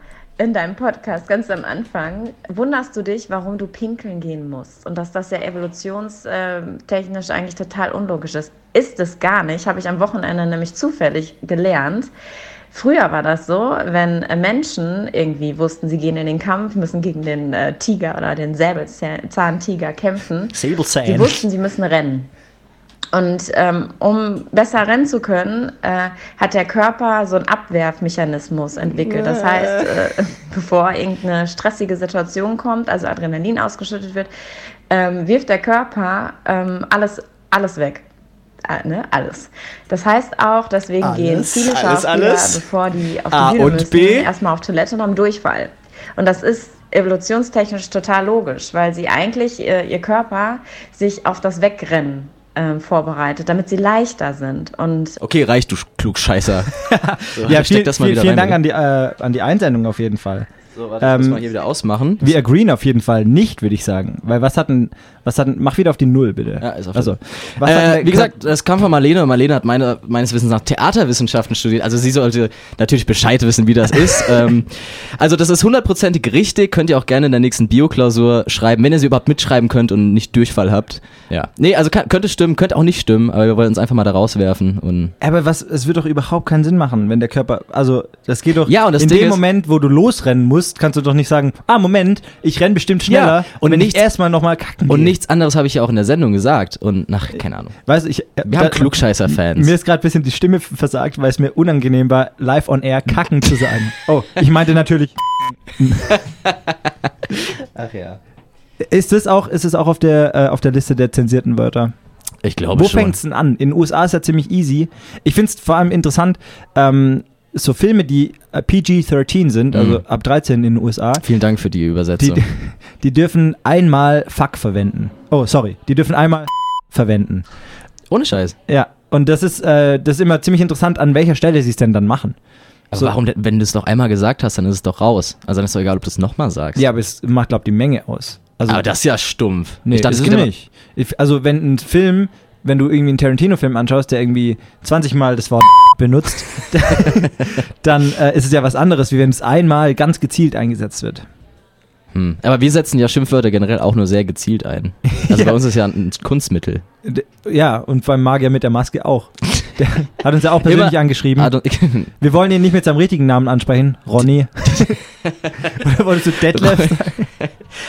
Speaker 4: in deinem Podcast ganz am Anfang wunderst du dich, warum du pinkeln gehen musst und dass das ja evolutionstechnisch eigentlich total unlogisch ist. Ist es gar nicht, habe ich am Wochenende nämlich zufällig gelernt. Früher war das so, wenn äh, Menschen irgendwie wussten, sie gehen in den Kampf, müssen gegen den äh, Tiger oder den Säbelzahntiger kämpfen. Sie wussten, sie müssen rennen. Und ähm, um besser rennen zu können, äh, hat der Körper so einen Abwerfmechanismus entwickelt. Das heißt, äh, *laughs* bevor irgendeine stressige Situation kommt, also Adrenalin ausgeschüttet wird, ähm, wirft der Körper ähm, alles, alles weg. Ah, ne? Alles. Das heißt auch, deswegen gehen viele Schauspieler, bevor die auf die
Speaker 2: A
Speaker 4: Bühne
Speaker 2: und
Speaker 4: müssen,
Speaker 2: B.
Speaker 4: erstmal auf Toilette und haben Durchfall. Und das ist evolutionstechnisch total logisch, weil sie eigentlich äh, ihr Körper sich auf das Wegrennen ähm, vorbereitet, damit sie leichter sind. Und
Speaker 2: Okay, reicht, du
Speaker 1: *laughs*
Speaker 2: Klugscheißer. So,
Speaker 1: Ja,
Speaker 2: steck
Speaker 1: viel,
Speaker 2: das mal
Speaker 1: viel,
Speaker 2: wieder
Speaker 1: vielen
Speaker 2: rein, ne?
Speaker 1: Dank an die, äh, an die Einsendung auf jeden Fall.
Speaker 2: So, warte, ich muss
Speaker 1: Ähm,
Speaker 2: mal hier wieder ausmachen.
Speaker 1: Wir agreeen auf jeden Fall nicht, würde ich sagen. Weil was hatten, was hatten, mach wieder auf die Null, bitte.
Speaker 2: Ja, ist auf
Speaker 1: also, was hatten
Speaker 2: Äh,
Speaker 1: wir
Speaker 2: wie gesagt, das kam von Marlene und Marlene hat meine, meines Wissens nach Theaterwissenschaften studiert. Also sie sollte natürlich Bescheid wissen, wie das *laughs* ist. ähm, also das ist hundertprozentig richtig. Könnt ihr auch gerne in der nächsten Bio-Klausur schreiben, wenn ihr sie überhaupt mitschreiben könnt und nicht Durchfall habt. Ja. Nee, also kann, könnte stimmen, könnte auch nicht stimmen, aber wir wollen uns einfach mal da rauswerfen. Und
Speaker 1: Aber was, es wird doch überhaupt keinen Sinn machen, wenn der Körper, also das geht doch,
Speaker 2: Ja, und das
Speaker 1: in
Speaker 2: Ding
Speaker 1: dem
Speaker 2: ist-
Speaker 1: Moment, wo du losrennen musst, kannst du doch nicht sagen, ah Moment, ich renn bestimmt schneller
Speaker 2: Ja, und
Speaker 1: wenn
Speaker 2: nichts-
Speaker 1: ich erstmal nochmal kacken
Speaker 2: und
Speaker 1: gehe.
Speaker 2: nichts anderes habe ich ja auch in der Sendung gesagt. Und nach, keine Ahnung.
Speaker 1: Weißt du, ich,
Speaker 2: Äh, Wir haben Klugscheißer-Fans.
Speaker 1: mir ist gerade ein bisschen die Stimme versagt, weil es mir unangenehm war, live on air kacken zu sagen. Oh, ich meinte natürlich.
Speaker 2: *laughs* Ach ja.
Speaker 1: Ist das auch, ist es auch auf der, äh, auf der Liste der zensierten Wörter?
Speaker 2: Ich glaube
Speaker 1: Wo
Speaker 2: schon.
Speaker 1: fängt's denn an? In den USA ist ja ziemlich easy. Ich find's vor allem interessant, ähm, so Filme, die äh, PG-13 sind, also
Speaker 2: Mhm.
Speaker 1: ab 13 in den USA,
Speaker 2: Vielen Dank für die
Speaker 1: die,
Speaker 2: Übersetzung.
Speaker 1: die dürfen einmal Fuck verwenden. Oh, sorry. Die dürfen einmal verwenden.
Speaker 2: Ohne Scheiß.
Speaker 1: Ja. Und das ist, äh, das ist immer ziemlich interessant, an welcher Stelle sie es denn dann machen.
Speaker 2: Aber
Speaker 1: So.
Speaker 2: warum, denn- wenn du es doch einmal gesagt hast, dann ist es doch raus. Also dann ist doch egal, ob du es nochmal sagst.
Speaker 1: Ja, aber es macht, glaube ich, die Menge aus. Also,
Speaker 2: aber das ist ja stumpf.
Speaker 1: nee,
Speaker 2: dachte,
Speaker 1: ist
Speaker 2: es
Speaker 1: es
Speaker 2: geht aber-
Speaker 1: nicht. Ich, also, wenn ein Film, wenn du irgendwie einen Tarantino-Film anschaust, der irgendwie 20 Mal das Wort *laughs* benutzt, dann äh, ist es ja was anderes, wie wenn es einmal ganz gezielt eingesetzt wird.
Speaker 2: Hm. Aber wir setzen ja Schimpfwörter generell auch nur sehr
Speaker 1: *laughs*
Speaker 2: gezielt ein. Also bei uns ist ja ein Kunstmittel.
Speaker 1: D- Ja, und beim Magier mit der Maske auch. Der *laughs* hat uns ja auch persönlich
Speaker 2: Immer-
Speaker 1: angeschrieben.
Speaker 2: Ah, du-
Speaker 1: Wir wollen ihn nicht mit seinem richtigen Namen ansprechen, *laughs* Ronny. Oder wolltest du Detlef?
Speaker 2: *laughs*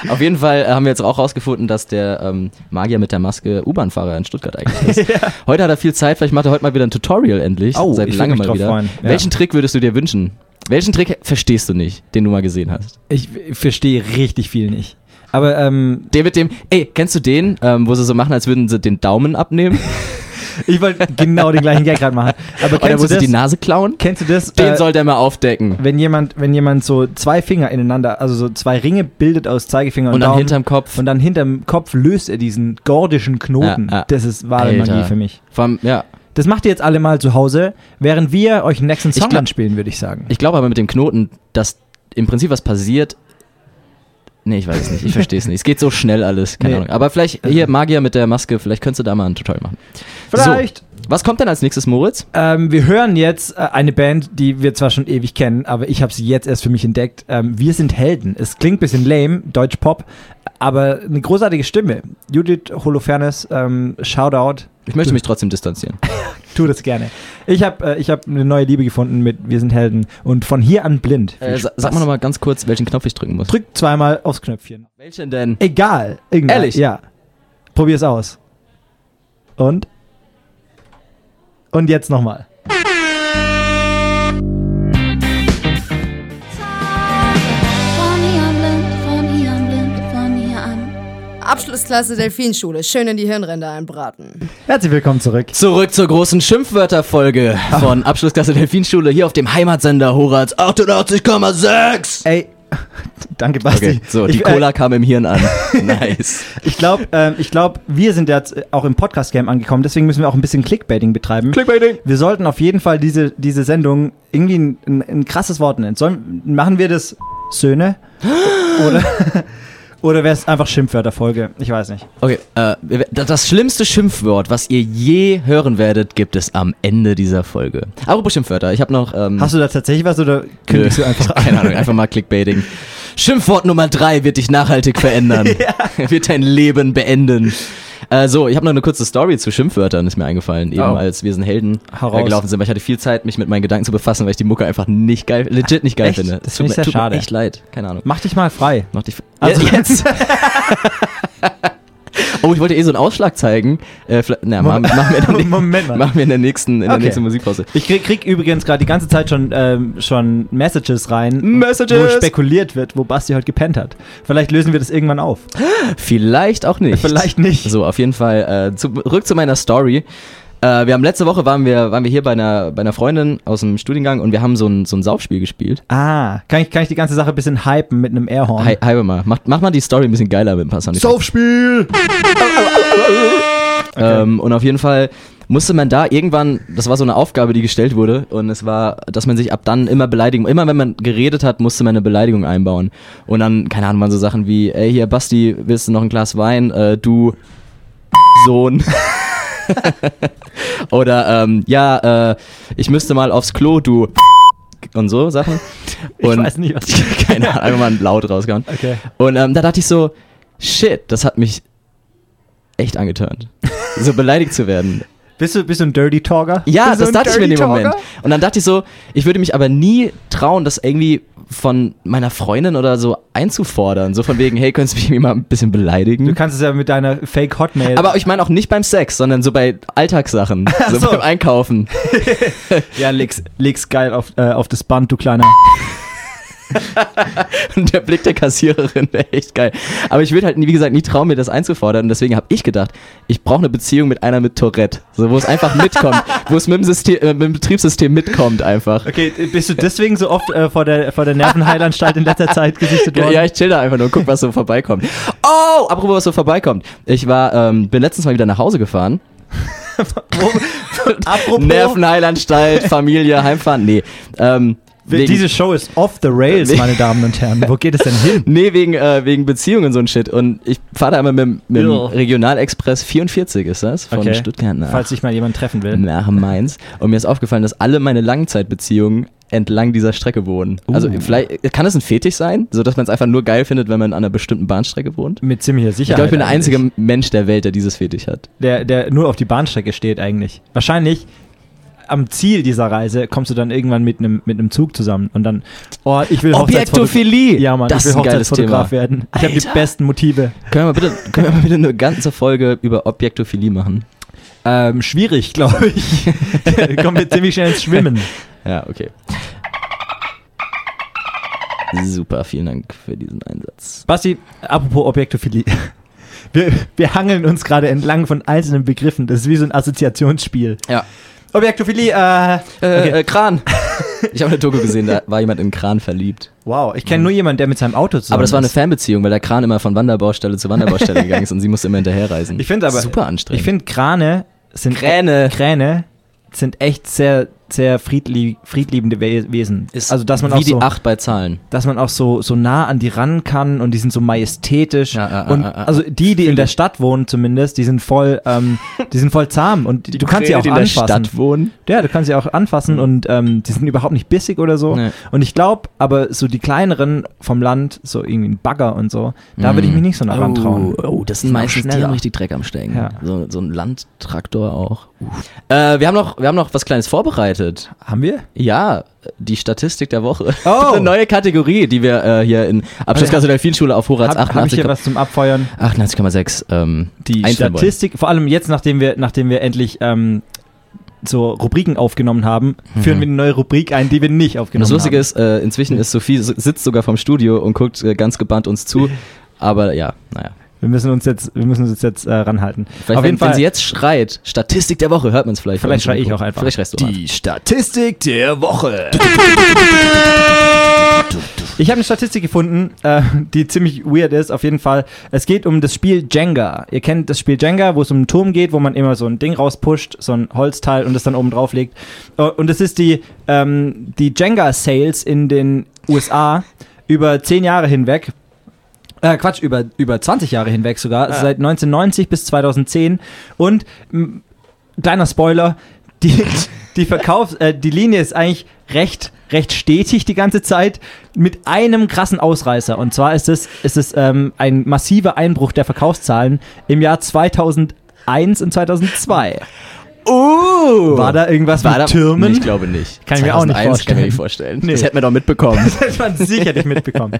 Speaker 2: Auf jeden Fall äh, haben wir jetzt auch rausgefunden, dass der ähm, Magier mit der Maske U-Bahn-Fahrer in Stuttgart
Speaker 1: *laughs*
Speaker 2: eigentlich ist. Heute hat er viel Zeit, vielleicht macht er heute mal wieder ein Tutorial endlich.
Speaker 1: Oh,
Speaker 2: seit
Speaker 1: ich würd mich
Speaker 2: langem mal
Speaker 1: drauf
Speaker 2: wieder.
Speaker 1: freuen, ja.
Speaker 2: Welchen Trick würdest du dir wünschen? Welchen Trick verstehst du nicht, den du mal gesehen hast?
Speaker 1: Ich verstehe richtig viel nicht. Aber ähm,
Speaker 2: Der mit dem, ey, kennst du den, ähm, wo sie so machen, als würden sie den Daumen abnehmen?
Speaker 1: ich wollte genau den gleichen Gag gerade machen. Aber
Speaker 2: Oder
Speaker 1: kennst
Speaker 2: wo
Speaker 1: du
Speaker 2: sie die
Speaker 1: das?
Speaker 2: Nase klauen?
Speaker 1: Kennst du das?
Speaker 2: Den
Speaker 1: äh,
Speaker 2: sollte er mal aufdecken.
Speaker 1: wenn jemand, wenn jemand so zwei Finger ineinander, also so zwei Ringe bildet aus Zeigefinger und,
Speaker 2: Und dann
Speaker 1: Daumen
Speaker 2: hinterm Kopf.
Speaker 1: und dann hinterm Kopf löst er diesen gordischen Knoten.
Speaker 2: Ja, ja.
Speaker 1: Das ist wahre
Speaker 2: Alter.
Speaker 1: Magie für mich.
Speaker 2: Vom, ja.
Speaker 1: Das macht ihr jetzt alle mal zu Hause, während wir euch den nächsten Song
Speaker 2: glaub-
Speaker 1: anspielen, würde ich sagen.
Speaker 2: Ich glaube aber mit dem Knoten, dass im Prinzip was passiert. Nee, ich weiß es nicht. Ich verstehe es nicht. Es geht so schnell alles. Keine
Speaker 1: Nee.
Speaker 2: Ahnung. Aber vielleicht hier Magier mit der Maske, vielleicht könntest du da mal ein Tutorial machen.
Speaker 1: Vielleicht.
Speaker 2: Was kommt denn als nächstes, Moritz?
Speaker 1: Ähm, wir hören jetzt äh, eine Band, die wir zwar schon ewig kennen, aber ich habe sie jetzt erst für mich entdeckt. Ähm, wir sind Helden. Es klingt bisschen lame, Deutsch Pop, aber eine großartige Stimme. Judith Holofernes, ähm, Shoutout.
Speaker 2: Ich möchte mich trotzdem distanzieren.
Speaker 1: Tu das gerne. Ich habe äh, ich hab eine neue Liebe gefunden mit Wir sind Helden und von hier an blind. Viel
Speaker 2: Äh, sa-
Speaker 1: Spaß.
Speaker 2: sag mal nochmal ganz kurz, welchen Knopf ich drücken muss.
Speaker 1: Drück zweimal aufs Knöpfchen.
Speaker 2: Welchen denn?
Speaker 1: Egal. Irgendwann.
Speaker 2: Ehrlich?
Speaker 1: Ja. Probier's aus. Und? Und jetzt nochmal.
Speaker 5: Von hier an blind, von hier an blind, von hier an.
Speaker 3: Abschlussklasse Delfinschule. Schön in die Hirnränder einbraten.
Speaker 1: Herzlich willkommen zurück.
Speaker 2: Zurück zur großen Schimpfwörterfolge von Abschlussklasse Delfinschule hier auf dem Heimatsender Horaz 88,6.
Speaker 1: Ey, *laughs* danke Basti.
Speaker 2: Okay, so, die
Speaker 1: ich,
Speaker 2: Cola kam im
Speaker 1: *laughs*
Speaker 2: Hirn an. nice.
Speaker 1: Äh, ich glaube, ähm, ich glaub, wir sind jetzt äh, auch im Podcast-Game angekommen, deswegen müssen wir auch ein bisschen Clickbaiting betreiben.
Speaker 2: Clickbaiting.
Speaker 1: wir sollten auf jeden Fall diese, diese Sendung irgendwie ein, ein, ein krasses Wort nennen. Sollen, machen wir das Söhne? Oder, *laughs* oder wäre es einfach Schimpfwörterfolge? Ich weiß nicht.
Speaker 2: Okay, äh, wir- das schlimmste Schimpfwort, was ihr je hören werdet, gibt es am Ende dieser Folge. Apropos Schimpfwörter, ich habe noch... Ähm,
Speaker 1: Hast du da tatsächlich was oder kündigst
Speaker 2: nö,
Speaker 1: du einfach an?
Speaker 2: *laughs* Keine Ahnung, einfach mal Clickbaiting. Schimpfwort Nummer drei wird dich
Speaker 1: *laughs*
Speaker 2: nachhaltig verändern. *laughs* Wird dein Leben beenden. Äh, so, ich habe noch eine kurze Story zu Schimpfwörtern, ist mir eingefallen, eben
Speaker 1: Oh.
Speaker 2: als wir sind Helden
Speaker 1: Heraus.
Speaker 2: äh, gelaufen sind, weil ich hatte viel Zeit, mich mit meinen Gedanken zu befassen, weil ich die Mucke einfach nicht geil, legit nicht geil
Speaker 1: Echt?
Speaker 2: finde.
Speaker 1: Das
Speaker 2: Tut
Speaker 1: find ich sehr
Speaker 2: mir- tut mir
Speaker 1: schade.
Speaker 2: Echt leid, keine Ahnung.
Speaker 1: Mach dich mal frei.
Speaker 2: Mach dich.
Speaker 1: Also- *laughs*
Speaker 2: jetzt. oh, ich wollte eh so einen Ausschlag zeigen. Äh, vielleicht- na, machen, machen, wir
Speaker 1: *laughs*
Speaker 2: in der, nächsten-
Speaker 1: Moment mal.
Speaker 2: machen wir in der nächsten, in der
Speaker 1: Okay.
Speaker 2: nächsten Musikpause.
Speaker 1: Ich krieg, krieg übrigens gerade die ganze Zeit schon, ähm, schon Messages rein,
Speaker 2: Messages!
Speaker 1: wo spekuliert wird, wo Basti heute gepennt hat. Vielleicht lösen wir das irgendwann auf.
Speaker 2: Vielleicht auch nicht.
Speaker 1: Vielleicht nicht.
Speaker 2: So, auf jeden Fall äh, zu, zurück zu meiner Story. Äh, wir haben letzte Woche waren wir, waren wir hier bei einer, bei einer Freundin aus dem Studiengang und wir haben so ein, so ein Saufspiel gespielt.
Speaker 1: Ah, kann ich, kann ich die ganze Sache ein bisschen hypen mit einem Airhorn?
Speaker 2: Hi, hi mal. Mach, mach mal die Story ein bisschen geiler mit ein paar Sound
Speaker 1: Saufspiel!
Speaker 2: Ähm, und auf jeden Fall musste man da irgendwann, das war so eine Aufgabe, die gestellt wurde, und es war, dass man sich ab dann immer beleidigen, immer wenn man geredet hat, musste man eine Beleidigung einbauen. Und dann, keine Ahnung, waren so Sachen wie, ey, hier, Basti, willst du noch ein Glas Wein? Äh, du *laughs* Sohn. *laughs* Oder, ähm, ja, äh, ich müsste mal aufs Klo, du *laughs* und so Sachen.
Speaker 1: Ich
Speaker 2: Und *laughs*
Speaker 1: weiß nicht, was ich-
Speaker 2: Keine Ahnung, einfach mal laut rausgehauen.
Speaker 1: Okay.
Speaker 2: Und ähm, da dachte ich so, shit, das hat mich echt angeturnt. so beleidigt
Speaker 1: *laughs*
Speaker 2: zu werden.
Speaker 1: Bist du, bist du ein Dirty Talker?
Speaker 2: Ja,
Speaker 1: bist du
Speaker 2: das
Speaker 1: ein
Speaker 2: dachte ich mir in dem
Speaker 1: Dirty
Speaker 2: Moment.
Speaker 1: Talker?
Speaker 2: Und dann dachte ich so, ich würde mich aber nie trauen, das irgendwie von meiner Freundin oder so einzufordern. So von wegen, hey, könntest du mich irgendwie mal ein bisschen
Speaker 1: Du
Speaker 2: beleidigen?
Speaker 1: kannst es ja mit deiner Fake Hotmail.
Speaker 2: Aber ich meine auch nicht beim Sex, sondern so bei Alltagssachen. So,
Speaker 1: so.
Speaker 2: beim Einkaufen.
Speaker 1: ja, leg's, leg's geil auf, äh, auf das Band, du kleiner.
Speaker 2: Und *laughs* der Blick der Kassiererin wäre echt geil. Aber ich würde halt, wie gesagt, nie trauen, mir das einzufordern. Und deswegen habe ich gedacht, ich brauche eine Beziehung mit einer mit Tourette. So, wo
Speaker 1: *laughs*
Speaker 2: es einfach mitkommt. wo es mit dem, System, äh, mit dem Betriebssystem mitkommt einfach.
Speaker 1: Okay, bist du deswegen so oft äh, vor, der, vor der Nervenheilanstalt in letzter Zeit gesichtet worden?
Speaker 2: Ja, ich chill da einfach nur, guck, was so vorbeikommt. Oh, apropos, was so vorbeikommt. Ich war, ähm, bin letztens mal wieder nach
Speaker 1: *laughs*
Speaker 2: Hause gefahren.
Speaker 1: Apropos,
Speaker 2: Nervenheilanstalt, Familie, Heimfahren, nee. Ähm, wegen-
Speaker 1: diese Show ist off the rails,
Speaker 2: Wegen-
Speaker 1: meine Damen und Herren. Wo geht es
Speaker 2: *laughs*
Speaker 1: denn hin?
Speaker 2: Nee, wegen, äh, wegen Beziehungen und so ein Shit. Und ich fahre da immer mit, dem- mit dem
Speaker 1: Ja.
Speaker 2: Regionalexpress 44, ist das? Von
Speaker 1: Okay.
Speaker 2: Stuttgart nach,
Speaker 1: Falls sich mal jemand treffen will.
Speaker 2: nach Mainz. Und mir ist aufgefallen, dass alle meine Langzeitbeziehungen entlang dieser Strecke wohnen. Also
Speaker 1: Uh.
Speaker 2: vielleicht, kann das ein Fetisch sein? So, dass man es einfach nur geil findet, wenn man an einer bestimmten Bahnstrecke wohnt?
Speaker 1: Mit ziemlicher
Speaker 2: Ich
Speaker 1: Sicherheit.
Speaker 2: glaube, ich bin der
Speaker 1: eigentlich.
Speaker 2: einzige Mensch der Welt, der dieses Fetisch hat.
Speaker 1: der, der nur auf die Bahnstrecke steht eigentlich. Wahrscheinlich am Ziel dieser Reise kommst du dann irgendwann mit einem mit einem Zug zusammen und dann oh ich will Hochzeitsfotograf
Speaker 2: Objektophilie.
Speaker 1: ja Mann
Speaker 2: das
Speaker 1: ich
Speaker 2: ist
Speaker 1: will
Speaker 2: ein geiles
Speaker 1: Hochzeitsfotograf
Speaker 2: Thema.
Speaker 1: werden ich habe die
Speaker 2: Alter.
Speaker 1: besten Motive
Speaker 2: Können wir, mal bitte, *laughs* können wir mal bitte eine ganze Folge über Objektophilie machen?
Speaker 1: ähm, schwierig glaube
Speaker 2: *laughs*
Speaker 1: ich *laughs* kommen wir ziemlich schnell ins Schwimmen
Speaker 2: Ja, okay. Super, vielen Dank für diesen Einsatz.
Speaker 1: Basti apropos Objektophilie wir, wir hangeln uns gerade entlang von einzelnen Begriffen das ist wie so ein Assoziationsspiel
Speaker 2: Ja.
Speaker 1: Objektophilie äh,
Speaker 2: Äh,
Speaker 1: okay.
Speaker 2: äh, Kran. *laughs* Ich habe eine Doku gesehen, da war jemand in einen Kran verliebt.
Speaker 1: wow ich kenne nur jemanden der mit seinem Auto zusammen
Speaker 2: Mhm. Aber das war eine
Speaker 1: ist.
Speaker 2: Fanbeziehung, weil der Kran immer von Wanderbaustelle zu *laughs* Wanderbaustelle gegangen ist und sie musste immer hinterherreisen.
Speaker 1: Ich finde aber
Speaker 2: Super anstrengend.
Speaker 1: Ich finde Krane sind
Speaker 2: Kräne.
Speaker 1: Kräne sind echt sehr sehr friedlie friedliebende We Wesen.
Speaker 2: Ist
Speaker 1: also dass man
Speaker 2: wie
Speaker 1: auch
Speaker 2: die
Speaker 1: so,
Speaker 2: Acht bei Zahlen.
Speaker 1: dass man auch so so nah an die ran kann und die sind so majestätisch
Speaker 2: Ja, ja, ja,
Speaker 1: und
Speaker 2: ja, ja.
Speaker 1: also die die in der Stadt wohnen zumindest, die sind voll ähm, die sind voll zahm und du kannst sie auch
Speaker 2: in der
Speaker 1: anfassen.
Speaker 2: Stadt wohnen.
Speaker 1: Ja, du kannst sie auch anfassen und ähm, die sind überhaupt nicht bissig oder so.
Speaker 2: Nee.
Speaker 1: Und ich glaube, aber so die kleineren vom Land, so irgendwie ein Bagger und so, da würde ich mich nicht so nah rantrauen.
Speaker 2: Mhm. Oh, oh, das sind
Speaker 1: Sind auch
Speaker 2: meistens die
Speaker 1: schneller.
Speaker 2: haben richtig Dreck am Stecken.
Speaker 1: Ja.
Speaker 2: So, so ein Landtraktor auch. Äh, wir, haben noch, wir haben noch was Kleines vorbereitet.
Speaker 1: Haben wir?
Speaker 2: Ja, die Statistik der Woche. *laughs*
Speaker 1: Oh.
Speaker 2: Eine neue Kategorie, die wir äh, hier in Abschlussklasse der Vielschule auf Horaz
Speaker 1: Hab, hab ich hier
Speaker 2: 88,6
Speaker 1: was zum Abfeuern?
Speaker 2: 88,6 ähm,
Speaker 1: die
Speaker 2: einführen wollen.
Speaker 1: Statistik, vor allem jetzt, nachdem wir, nachdem wir endlich ähm, so Rubriken aufgenommen haben, führen wir eine neue Rubrik ein, die wir nicht
Speaker 2: Und
Speaker 1: aufgenommen
Speaker 2: Mhm. das Lustige
Speaker 1: haben.
Speaker 2: ist, äh, inzwischen ist Sophie so- sitzt sogar vom Studio und guckt äh, ganz gebannt uns zu. Aber ja, naja.
Speaker 1: wir müssen uns jetzt, wir müssen uns jetzt äh, ranhalten.
Speaker 2: Vielleicht,
Speaker 1: Auf jeden
Speaker 2: wenn, wenn
Speaker 1: Fall.
Speaker 2: sie jetzt schreit, Statistik der Woche, hört man es vielleicht.
Speaker 1: Vielleicht
Speaker 2: bei uns
Speaker 1: schrei
Speaker 2: im
Speaker 1: ich
Speaker 2: Mikro.
Speaker 1: auch einfach.
Speaker 2: Vielleicht schreist du auch einfach.
Speaker 6: Die Statistik der Woche.
Speaker 1: ich habe eine Statistik gefunden, äh, die ziemlich weird ist, auf jeden Fall. Es geht um das Spiel Jenga. Ihr kennt das Spiel Jenga, wo es um einen Turm geht, wo man immer so ein Ding rauspusht, so ein Holzteil und das dann oben drauf legt. Äh, Und es ist die, ähm, die Jenga-Sales in den USA über zehn Jahre hinweg. Äh, Quatsch, über, über 20 Jahre hinweg sogar, also seit 1990 bis 2010. Und, m, kleiner Spoiler, *laughs* die, die, Verkaufs-, äh, die Linie ist eigentlich recht, recht stetig die ganze Zeit, mit einem krassen Ausreißer. Und zwar ist es, ist es ähm, ein massiver Einbruch der Verkaufszahlen im Jahr 2001 und 2002.
Speaker 2: Uh,
Speaker 1: War da irgendwas
Speaker 2: War
Speaker 1: mit
Speaker 2: da,
Speaker 1: Türmen?
Speaker 2: Nee, ich glaube nicht.
Speaker 1: Kann ich mir auch nicht
Speaker 2: 2001 Kann ich mir
Speaker 1: vorstellen.
Speaker 2: nicht vorstellen.
Speaker 1: Nee.
Speaker 2: Das hätten wir
Speaker 1: *laughs*
Speaker 2: doch mitbekommen.
Speaker 1: Das hätte man sicher nicht
Speaker 2: *laughs*
Speaker 1: mitbekommen.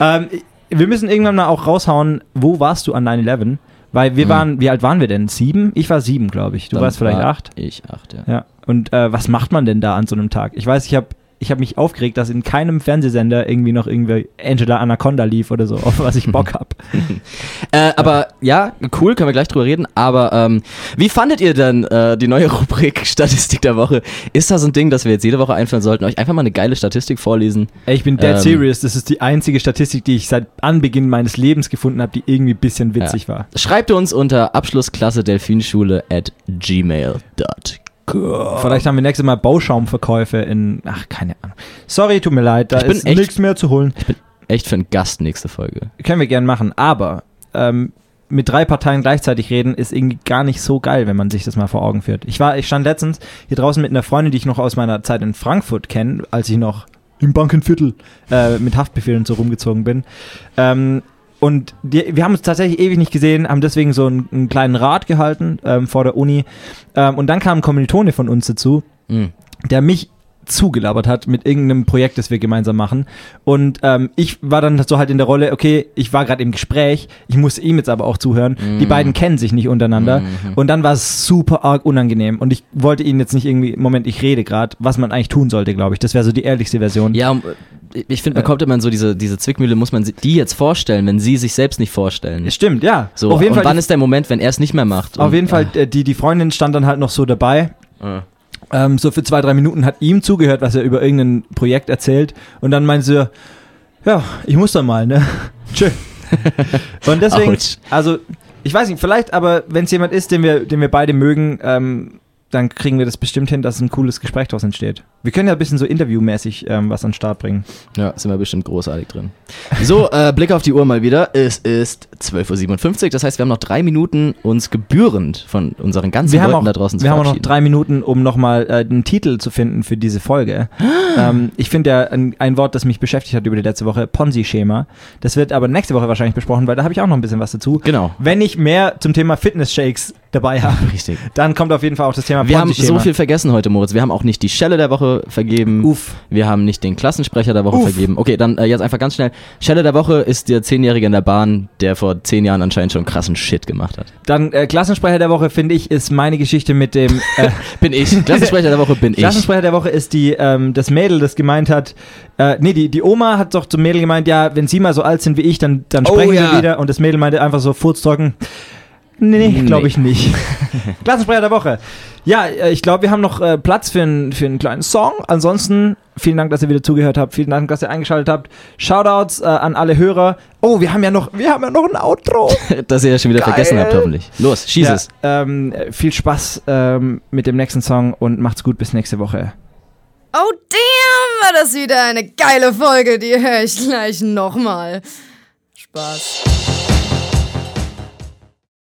Speaker 1: ähm, wir müssen irgendwann mal auch raushauen, wo warst du an 9-11? Weil wir waren, wie alt waren wir denn? Sieben? Ich war sieben, glaube ich. Du warst vielleicht
Speaker 2: Mhm. war
Speaker 1: acht.
Speaker 2: Ich acht, ja.
Speaker 1: Ja. Und äh, was macht man denn da an so einem Tag? Ich weiß, ich habe ich habe mich aufgeregt, dass in keinem Fernsehsender irgendwie noch irgendwie Angela Anaconda lief oder so, auf
Speaker 2: *laughs*
Speaker 1: was ich Bock hab.
Speaker 2: Äh, aber ja, cool, können wir gleich drüber reden. Aber ähm, wie fandet ihr denn äh, die neue Rubrik *laughs* Statistik der Woche? Ist das ein Ding, das wir jetzt jede Woche einführen sollten? Euch einfach mal eine geile Statistik vorlesen.
Speaker 1: Ey, ich bin dead
Speaker 2: Ähm.
Speaker 1: serious. Das ist die einzige Statistik, die ich seit Anbeginn meines Lebens gefunden habe, die irgendwie ein bisschen witzig war.
Speaker 2: Schreibt uns unter Abschlussklasse Delfinschule at gmail.com.
Speaker 1: Vielleicht haben wir nächstes Mal Bauschaumverkäufe in. Ach, keine Ahnung. Sorry, tut mir leid, da
Speaker 2: Ich bin
Speaker 1: ist
Speaker 2: echt-
Speaker 1: nichts mehr zu holen.
Speaker 2: Echt für einen Gast nächste Folge.
Speaker 1: Können wir gern machen, aber ähm, mit drei Parteien gleichzeitig reden ist irgendwie gar nicht so geil, wenn man sich das mal vor Augen führt. Ich war, ich stand letztens hier draußen mit einer Freundin, die ich noch aus meiner Zeit in Frankfurt kenne, als ich noch im Bankenviertel äh, mit Haftbefehlen so rumgezogen bin. Ähm, und die, wir haben uns tatsächlich ewig nicht gesehen, haben deswegen so einen, einen kleinen Rat gehalten ähm, vor der Uni. Ähm, und dann kam ein Kommilitone von uns dazu,
Speaker 2: Mhm.
Speaker 1: der mich zugelabert hat mit irgendeinem Projekt, das wir gemeinsam machen. Und ähm, ich war dann so halt in der Rolle, okay, ich war gerade im Gespräch, ich muss ihm jetzt aber auch zuhören.
Speaker 2: Mhm.
Speaker 1: Die beiden kennen sich nicht untereinander. Und dann war es super arg unangenehm. Und ich wollte ihnen jetzt nicht irgendwie, Moment, ich rede gerade, was man eigentlich tun sollte, glaube ich. Das wäre so die ehrlichste Version.
Speaker 2: Ja, um, äh, ich finde, man kommt immer in so diese, diese Zwickmühle, muss man sie- die jetzt vorstellen, wenn sie sich selbst nicht vorstellen.
Speaker 1: Stimmt, ja.
Speaker 2: So,
Speaker 1: auf jeden
Speaker 2: und
Speaker 1: Fall
Speaker 2: wann ist der Moment, wenn er es nicht mehr macht?
Speaker 1: Auf
Speaker 2: Und-
Speaker 1: jeden Fall, äh, die, die Freundin stand dann halt noch so dabei.
Speaker 2: Ah.
Speaker 1: Ähm, so für zwei, drei Minuten hat ihm zugehört, was er über irgendein Projekt erzählt. Und dann meinte sie, ja, ich muss dann mal, ne? *laughs*
Speaker 2: *laughs*
Speaker 1: Tschö. und deswegen,
Speaker 2: Autsch.
Speaker 1: also, ich weiß nicht, vielleicht, aber wenn es jemand ist, den wir, den wir beide mögen, ähm, dann kriegen wir das bestimmt hin, dass ein cooles Gespräch daraus entsteht. Wir können ja ein bisschen so interviewmäßig ähm, was an den Start bringen.
Speaker 2: Ja, sind wir bestimmt großartig drin. So, äh, Blick auf die Uhr mal wieder. Es ist 12.57 Uhr. Das heißt, wir haben noch drei Minuten, uns gebührend von unseren ganzen
Speaker 1: Wir haben,
Speaker 2: Leuten
Speaker 1: auch,
Speaker 2: da draußen zu
Speaker 1: wir haben auch noch
Speaker 2: verabschieden.
Speaker 1: drei Minuten, um nochmal äh, einen Titel zu finden für diese
Speaker 2: *gasps*
Speaker 1: Folge. ähm, ich finde ja ein, ein Wort, das mich beschäftigt hat über die letzte Woche, Ponzi-Schema. Das wird aber nächste Woche wahrscheinlich besprochen, weil da habe ich auch noch ein bisschen was dazu.
Speaker 2: Genau.
Speaker 1: Wenn ich mehr zum Thema Fitness-Shakes dabei habe,
Speaker 2: Richtig.
Speaker 1: dann kommt auf jeden Fall auch das Thema
Speaker 2: Wir haben
Speaker 1: Ponzi-Schema.
Speaker 2: so viel vergessen heute, Moritz. Wir haben auch nicht die Schelle der Woche vergeben.
Speaker 1: Uff.
Speaker 2: Wir haben nicht den Klassensprecher der Woche
Speaker 1: Uff.
Speaker 2: vergeben. Okay, dann äh, jetzt einfach ganz schnell. Schelle der Woche ist der Zehnjährige in der Bahn, der vor zehn Jahren anscheinend schon krassen Shit gemacht hat.
Speaker 1: Dann äh, Klassensprecher der Woche, finde ich, ist meine Geschichte mit dem... Äh,
Speaker 2: Bin
Speaker 1: *laughs*
Speaker 2: ich. Klassensprecher der Woche bin ich.
Speaker 1: Klassensprecher der Woche ist die, ähm, das Mädel, das gemeint hat, äh, nee, die, die Oma hat doch zum Mädel gemeint, ja, wenn sie mal so alt sind wie ich, dann, dann
Speaker 2: Oh,
Speaker 1: sprechen
Speaker 2: ja.
Speaker 1: wir wieder. Und das Mädel meinte einfach so furztrocken, nee, nee. glaube ich
Speaker 2: *laughs*
Speaker 1: nicht. Klassensprecher der Woche. Ja, äh, ich glaube, wir haben noch äh, Platz für, einen- für einen kleinen Song. Ansonsten, vielen Dank, dass ihr wieder zugehört habt. Vielen Dank, dass ihr eingeschaltet habt. Shoutouts äh, an alle Hörer. Oh, wir haben ja noch, wir haben ja noch ein Outro.
Speaker 2: *laughs* Dass ihr das schon wieder vergessen habt, hoffentlich. Los, schieß es.
Speaker 1: Ja, ähm, viel Spaß ähm, mit dem nächsten Song und macht's gut bis nächste Woche.
Speaker 3: Oh damn, war das wieder eine geile Folge. Die höre ich gleich nochmal. Spaß.